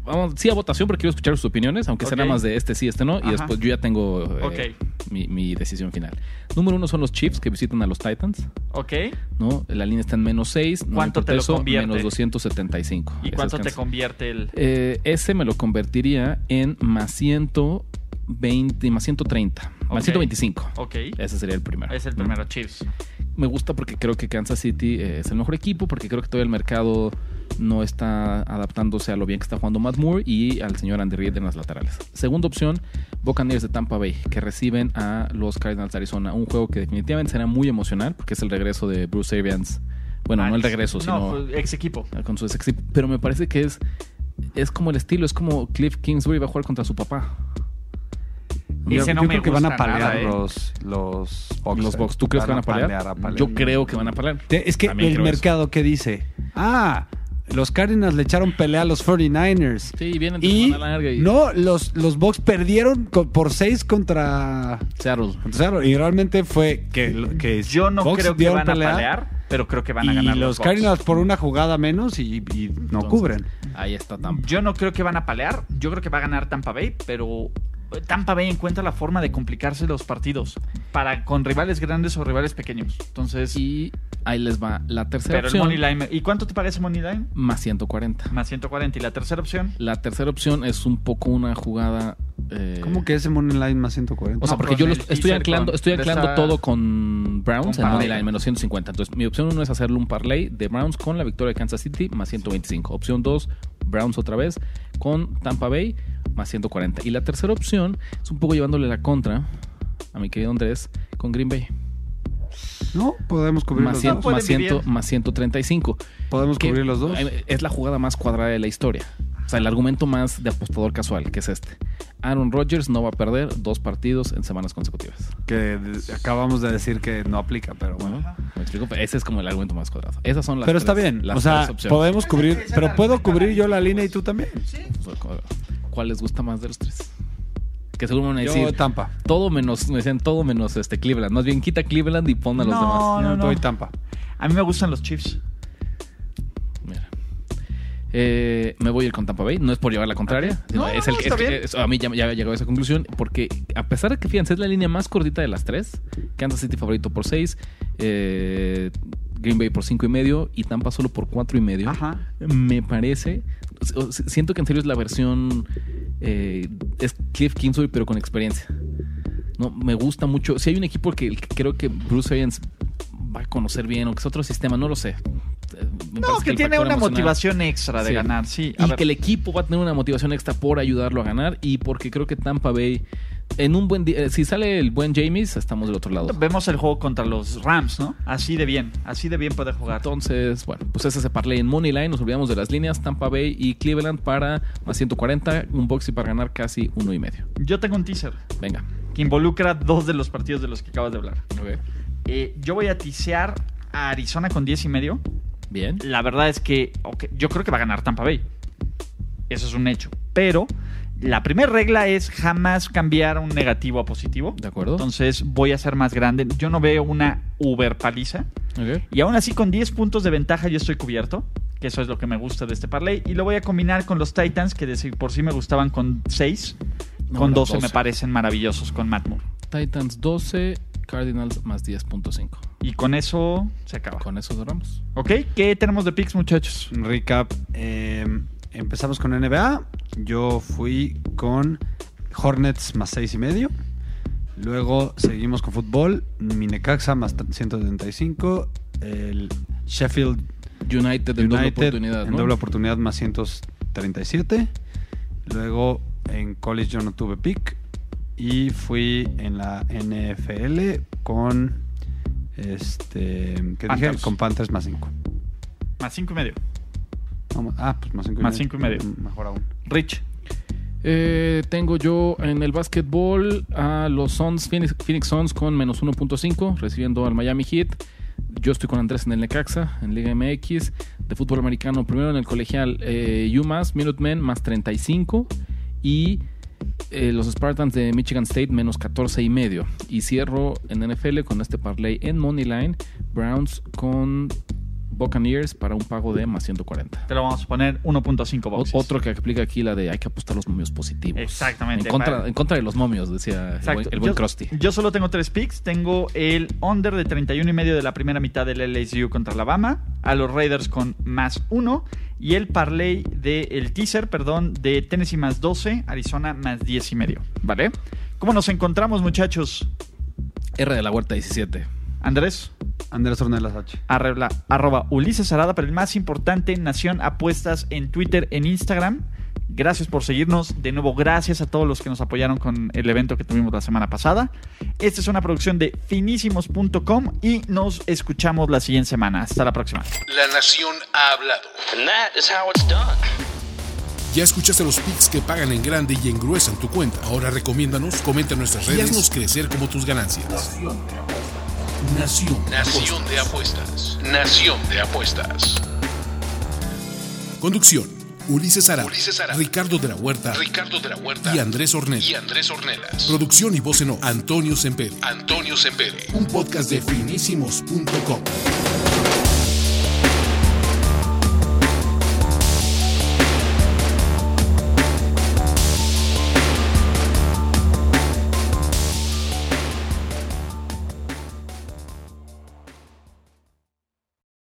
[SPEAKER 4] vamos, sí a votación porque quiero escuchar sus opiniones, aunque sea
[SPEAKER 3] Ok.
[SPEAKER 4] nada más de este sí, este no, y
[SPEAKER 3] Ajá.
[SPEAKER 4] después yo ya tengo eh, mi, mi decisión final. Número uno son los Chiefs que visitan a los Titans,
[SPEAKER 3] ¿Ok?
[SPEAKER 4] ¿no? La línea está en menos 6,
[SPEAKER 3] ¿Cuánto te lo convierte?
[SPEAKER 4] menos 275.
[SPEAKER 3] ¿Y
[SPEAKER 4] Esas
[SPEAKER 3] cuánto te
[SPEAKER 4] canciones.
[SPEAKER 3] convierte el...?
[SPEAKER 4] Eh, ese me lo convertiría en más 120, más 130,
[SPEAKER 3] Ok.
[SPEAKER 4] más 125.
[SPEAKER 3] Ok.
[SPEAKER 4] Ese sería el primero.
[SPEAKER 3] Es el
[SPEAKER 4] ¿no?
[SPEAKER 3] primero, Chiefs.
[SPEAKER 4] me gusta porque creo que Kansas City eh, es el mejor equipo, porque creo que todavía el mercado no está adaptándose a lo bien que está jugando Matt Moore y al señor Andy Reid en las laterales. Segunda opción, Buccaneers de Tampa Bay, que reciben a los Cardinals de Arizona. Un juego que definitivamente será muy emocional porque es el regreso de Bruce Arians. Bueno, Ah, no pues, el regreso, sino
[SPEAKER 3] No, pues, ex equipo.
[SPEAKER 4] con su ex equipo. Pero me parece que es, es como el estilo, es como Cliff Kingsbury va a jugar contra su papá.
[SPEAKER 5] Yo,
[SPEAKER 3] Ese no
[SPEAKER 5] yo
[SPEAKER 3] me
[SPEAKER 5] creo que van a
[SPEAKER 3] gusta
[SPEAKER 5] palear
[SPEAKER 3] nada, ¿eh?
[SPEAKER 5] los, los Bucks.
[SPEAKER 4] Los Bucks, ¿tú crees que van a palear? Yo creo que van a palear.
[SPEAKER 5] Te- Es que
[SPEAKER 4] También
[SPEAKER 5] el
[SPEAKER 4] creo eso.
[SPEAKER 5] mercado que dice, ah, los Cardinals le echaron pelea a los 49ers.
[SPEAKER 4] Sí, vienen de
[SPEAKER 5] Y
[SPEAKER 4] semana larga y
[SPEAKER 5] no, los, los Bucks perdieron co- por 6 contra,
[SPEAKER 4] Seattle.
[SPEAKER 5] contra Seattle. Y realmente fue que, lo- que
[SPEAKER 3] Yo no
[SPEAKER 5] Bucks
[SPEAKER 3] creo que
[SPEAKER 5] dieron
[SPEAKER 3] van a
[SPEAKER 5] pelea
[SPEAKER 3] pelear, pero creo que van a
[SPEAKER 5] Y
[SPEAKER 3] ganar.
[SPEAKER 5] los,
[SPEAKER 3] Bucks.
[SPEAKER 5] Cardinals por una jugada menos y, y no
[SPEAKER 4] Entonces, eh,
[SPEAKER 5] cubren.
[SPEAKER 4] Ahí está Tampa.
[SPEAKER 3] Yo no creo que van a palear. Yo creo que va a ganar Tampa Bay, pero eh, Tampa Bay encuentra la forma de complicarse los partidos para con rivales grandes o rivales pequeños. Entonces,
[SPEAKER 4] Y ahí les va la tercera
[SPEAKER 3] pero el
[SPEAKER 4] opción.
[SPEAKER 3] money line. ¿Y cuánto te parece money line?
[SPEAKER 4] Más 140.
[SPEAKER 3] Más 140. Y la tercera opción.
[SPEAKER 4] La tercera opción es un poco una jugada. eh,
[SPEAKER 5] ¿Cómo que ese Money Line más 140?
[SPEAKER 4] O sea,
[SPEAKER 3] No,
[SPEAKER 4] porque
[SPEAKER 3] con
[SPEAKER 4] yo lo
[SPEAKER 3] el
[SPEAKER 4] est- estoy
[SPEAKER 3] teaser,
[SPEAKER 4] anclando,
[SPEAKER 3] con-
[SPEAKER 4] estoy
[SPEAKER 3] de
[SPEAKER 4] anclando
[SPEAKER 3] esa-
[SPEAKER 4] todo con Browns
[SPEAKER 3] con
[SPEAKER 4] en money
[SPEAKER 3] parlay.
[SPEAKER 4] line menos 150. Entonces, mi opción uno es hacerle un parlay de Browns con la victoria de Kansas City más 125. Opción 2, Browns otra vez con Tampa Bay más 140. Y la tercera opción es un poco llevándole la contra a mi querido Andrés con Green Bay.
[SPEAKER 5] no, podemos cubrir
[SPEAKER 4] Más,
[SPEAKER 5] los
[SPEAKER 4] cien-
[SPEAKER 5] dos.
[SPEAKER 3] pueden
[SPEAKER 4] más, ciento-
[SPEAKER 3] vivir.
[SPEAKER 4] más 135.
[SPEAKER 5] Podemos
[SPEAKER 4] que
[SPEAKER 5] cubrir los dos.
[SPEAKER 4] Es la jugada más cuadrada de la historia. O sea, el argumento más de apostador casual, que es este. Aaron Rodgers no va a perder dos partidos en semanas consecutivas.
[SPEAKER 5] Que de- acabamos de decir que no aplica, pero bueno.
[SPEAKER 4] ¿Me explico? Ese es como el argumento más cuadrado. Esas son las
[SPEAKER 5] Pero está
[SPEAKER 4] tres-
[SPEAKER 5] bien,
[SPEAKER 4] las
[SPEAKER 5] o sea,
[SPEAKER 4] tres opciones.
[SPEAKER 5] podemos cubrir, pero puedo cubrir yo la línea y tú también.
[SPEAKER 4] ¿Cuál les gusta más de los tres? Que seguro me van a decir
[SPEAKER 5] Yo Tampa.
[SPEAKER 4] todo menos, me decían todo menos este Cleveland. Más bien quita Cleveland y pon a los
[SPEAKER 3] No,
[SPEAKER 4] demás.
[SPEAKER 5] No,
[SPEAKER 3] no, no.
[SPEAKER 5] doy Tampa.
[SPEAKER 3] A mí me gustan los Chiefs.
[SPEAKER 4] Mira. Eh, me voy a ir con Tampa Bay. No es por llevar la contraria. sino
[SPEAKER 3] No, no,
[SPEAKER 4] es
[SPEAKER 3] no,
[SPEAKER 4] el,
[SPEAKER 3] está
[SPEAKER 4] es que-
[SPEAKER 3] bien.
[SPEAKER 4] es- a mí ya, ya he llegado a esa conclusión. Porque a pesar de que, fíjense, es la línea más cortita de las tres. Kansas City favorito por seis. eh, Green Bay por cinco y medio. Y Tampa solo por cuatro y medio.
[SPEAKER 3] Ajá.
[SPEAKER 4] Me parece. o- o- Siento que en serio es la versión. eh, es Cliff Kingsbury, pero con experiencia. No, me gusta mucho. Si hay un equipo que que creo que Bruce Arians va a conocer bien, o que es otro sistema, no lo sé. Eh, me
[SPEAKER 3] No,
[SPEAKER 4] parece
[SPEAKER 3] que
[SPEAKER 4] el
[SPEAKER 3] tiene
[SPEAKER 4] factor
[SPEAKER 3] una
[SPEAKER 4] emocional-
[SPEAKER 3] motivación extra de
[SPEAKER 4] Sí.
[SPEAKER 3] ganar, sí. A
[SPEAKER 4] Y
[SPEAKER 3] ver,
[SPEAKER 4] que el equipo va a tener una motivación extra por ayudarlo a ganar. Y porque creo que Tampa Bay, en un buen día, eh, si sale el buen James, estamos del otro lado.
[SPEAKER 3] vemos el juego contra los Rams, ¿no? Así de bien, así de bien puede jugar.
[SPEAKER 4] Entonces, bueno, pues ese se parlay en Money Line. Nos olvidamos de las líneas. Tampa Bay y Cleveland para más 140. Un boxy para ganar casi uno y medio.
[SPEAKER 3] Yo tengo un teaser
[SPEAKER 4] Venga.
[SPEAKER 3] que involucra dos de los partidos de los que acabas de hablar. Eh, yo voy a tisear a Arizona con 10 y medio.
[SPEAKER 4] Bien.
[SPEAKER 3] La verdad es que ok, yo creo que va a ganar Tampa Bay. Eso es un hecho. Pero la primera regla es jamás cambiar un negativo a positivo.
[SPEAKER 4] De acuerdo.
[SPEAKER 3] Entonces voy a ser más grande. Yo no veo una uber paliza.
[SPEAKER 4] Ok.
[SPEAKER 3] Y aún así, con 10 puntos de ventaja, yo estoy cubierto. Que eso es lo que me gusta de este parlay. Y lo voy a combinar con los Titans, que de si- por sí me gustaban con 6.
[SPEAKER 4] No,
[SPEAKER 3] Con
[SPEAKER 4] no,
[SPEAKER 3] 12,
[SPEAKER 4] 12.
[SPEAKER 3] me parecen maravillosos con Matt Moore.
[SPEAKER 4] Titans 12, Cardinals más 10.5.
[SPEAKER 3] Y con eso se acaba.
[SPEAKER 4] Con eso cerramos.
[SPEAKER 3] ¿Ok? ¿Qué tenemos de picks, muchachos?
[SPEAKER 5] Recap. eh, empezamos con NBA. Yo fui con Hornets más seis y medio. Luego seguimos con fútbol. Minecaxa más 175. El Sheffield
[SPEAKER 4] United en doble
[SPEAKER 5] United
[SPEAKER 4] oportunidad.
[SPEAKER 5] en
[SPEAKER 4] ¿no?
[SPEAKER 5] doble oportunidad más 137. Luego en college yo no tuve pick. Y fui en la NFL con este ¿qué dije?
[SPEAKER 3] Panthers.
[SPEAKER 5] Con Panthers más 5.
[SPEAKER 3] Más 5 y medio.
[SPEAKER 5] Ah, pues más 5
[SPEAKER 3] Más cinco y medio.
[SPEAKER 5] Mejor aún.
[SPEAKER 3] Rich.
[SPEAKER 4] Eh, tengo yo en el básquetbol a los Suns, Phoenix, Phoenix Suns con menos 1.5, recibiendo al Miami Heat. Yo estoy con Andrés en el Necaxa, en Liga MX, de fútbol americano. Primero en el colegial eh, UMass, Minutemen más 35 y eh, los Spartans de Michigan State menos 14 y medio. Y cierro en NFL con este parlay en Moneyline, Browns con Buccaneers para un pago de más 140.
[SPEAKER 3] Te lo vamos a poner 1.5
[SPEAKER 4] O-
[SPEAKER 3] boxes.
[SPEAKER 4] Otro que aplica aquí la de hay que apostar los momios positivos.
[SPEAKER 3] Exactamente.
[SPEAKER 4] En contra,
[SPEAKER 3] Para-
[SPEAKER 4] en contra de los momios, decía el
[SPEAKER 3] Exacto.
[SPEAKER 4] buen- el buen
[SPEAKER 3] Yo-
[SPEAKER 4] Krusty.
[SPEAKER 3] Yo, solo tengo tres picks. Tengo el under de 31 y medio de la primera mitad del LSU contra Alabama, a los Raiders con más uno y el parlay de el teaser, perdón, de Tennessee más 12, Arizona más 10 y medio, ¿vale? ¿Cómo nos encontramos, muchachos?
[SPEAKER 4] R de la Huerta 17.
[SPEAKER 3] Andrés,
[SPEAKER 5] Andrés Ornelas H.
[SPEAKER 3] arroba, arroba Ulises Arada, pero el más importante, Nación Apuestas en Twitter, en Instagram. Gracias por seguirnos. De nuevo, gracias a todos los que nos apoyaron con el evento que tuvimos la semana pasada. Esta es una producción de finísimos.com y nos escuchamos la siguiente semana. Hasta la próxima.
[SPEAKER 1] La Nación ha hablado.
[SPEAKER 7] And that is how it's done.
[SPEAKER 1] Ya escuchaste los picks que pagan en grande y engruesan tu cuenta. Ahora recomiéndanos, comenta en nuestras redes y haznos crecer como tus ganancias. Nación. Nación de apuestas. Nación de apuestas. Conducción. Ulises Arada,
[SPEAKER 8] Ulises Arada.
[SPEAKER 1] Ricardo de la Huerta
[SPEAKER 8] Ricardo de la Huerta
[SPEAKER 1] y Andrés Ornelas.
[SPEAKER 8] y Andrés Ornelas.
[SPEAKER 1] Producción y voz en off, Antonio Semperi.
[SPEAKER 8] Antonio Sempere.
[SPEAKER 1] Un podcast de finísimos.com.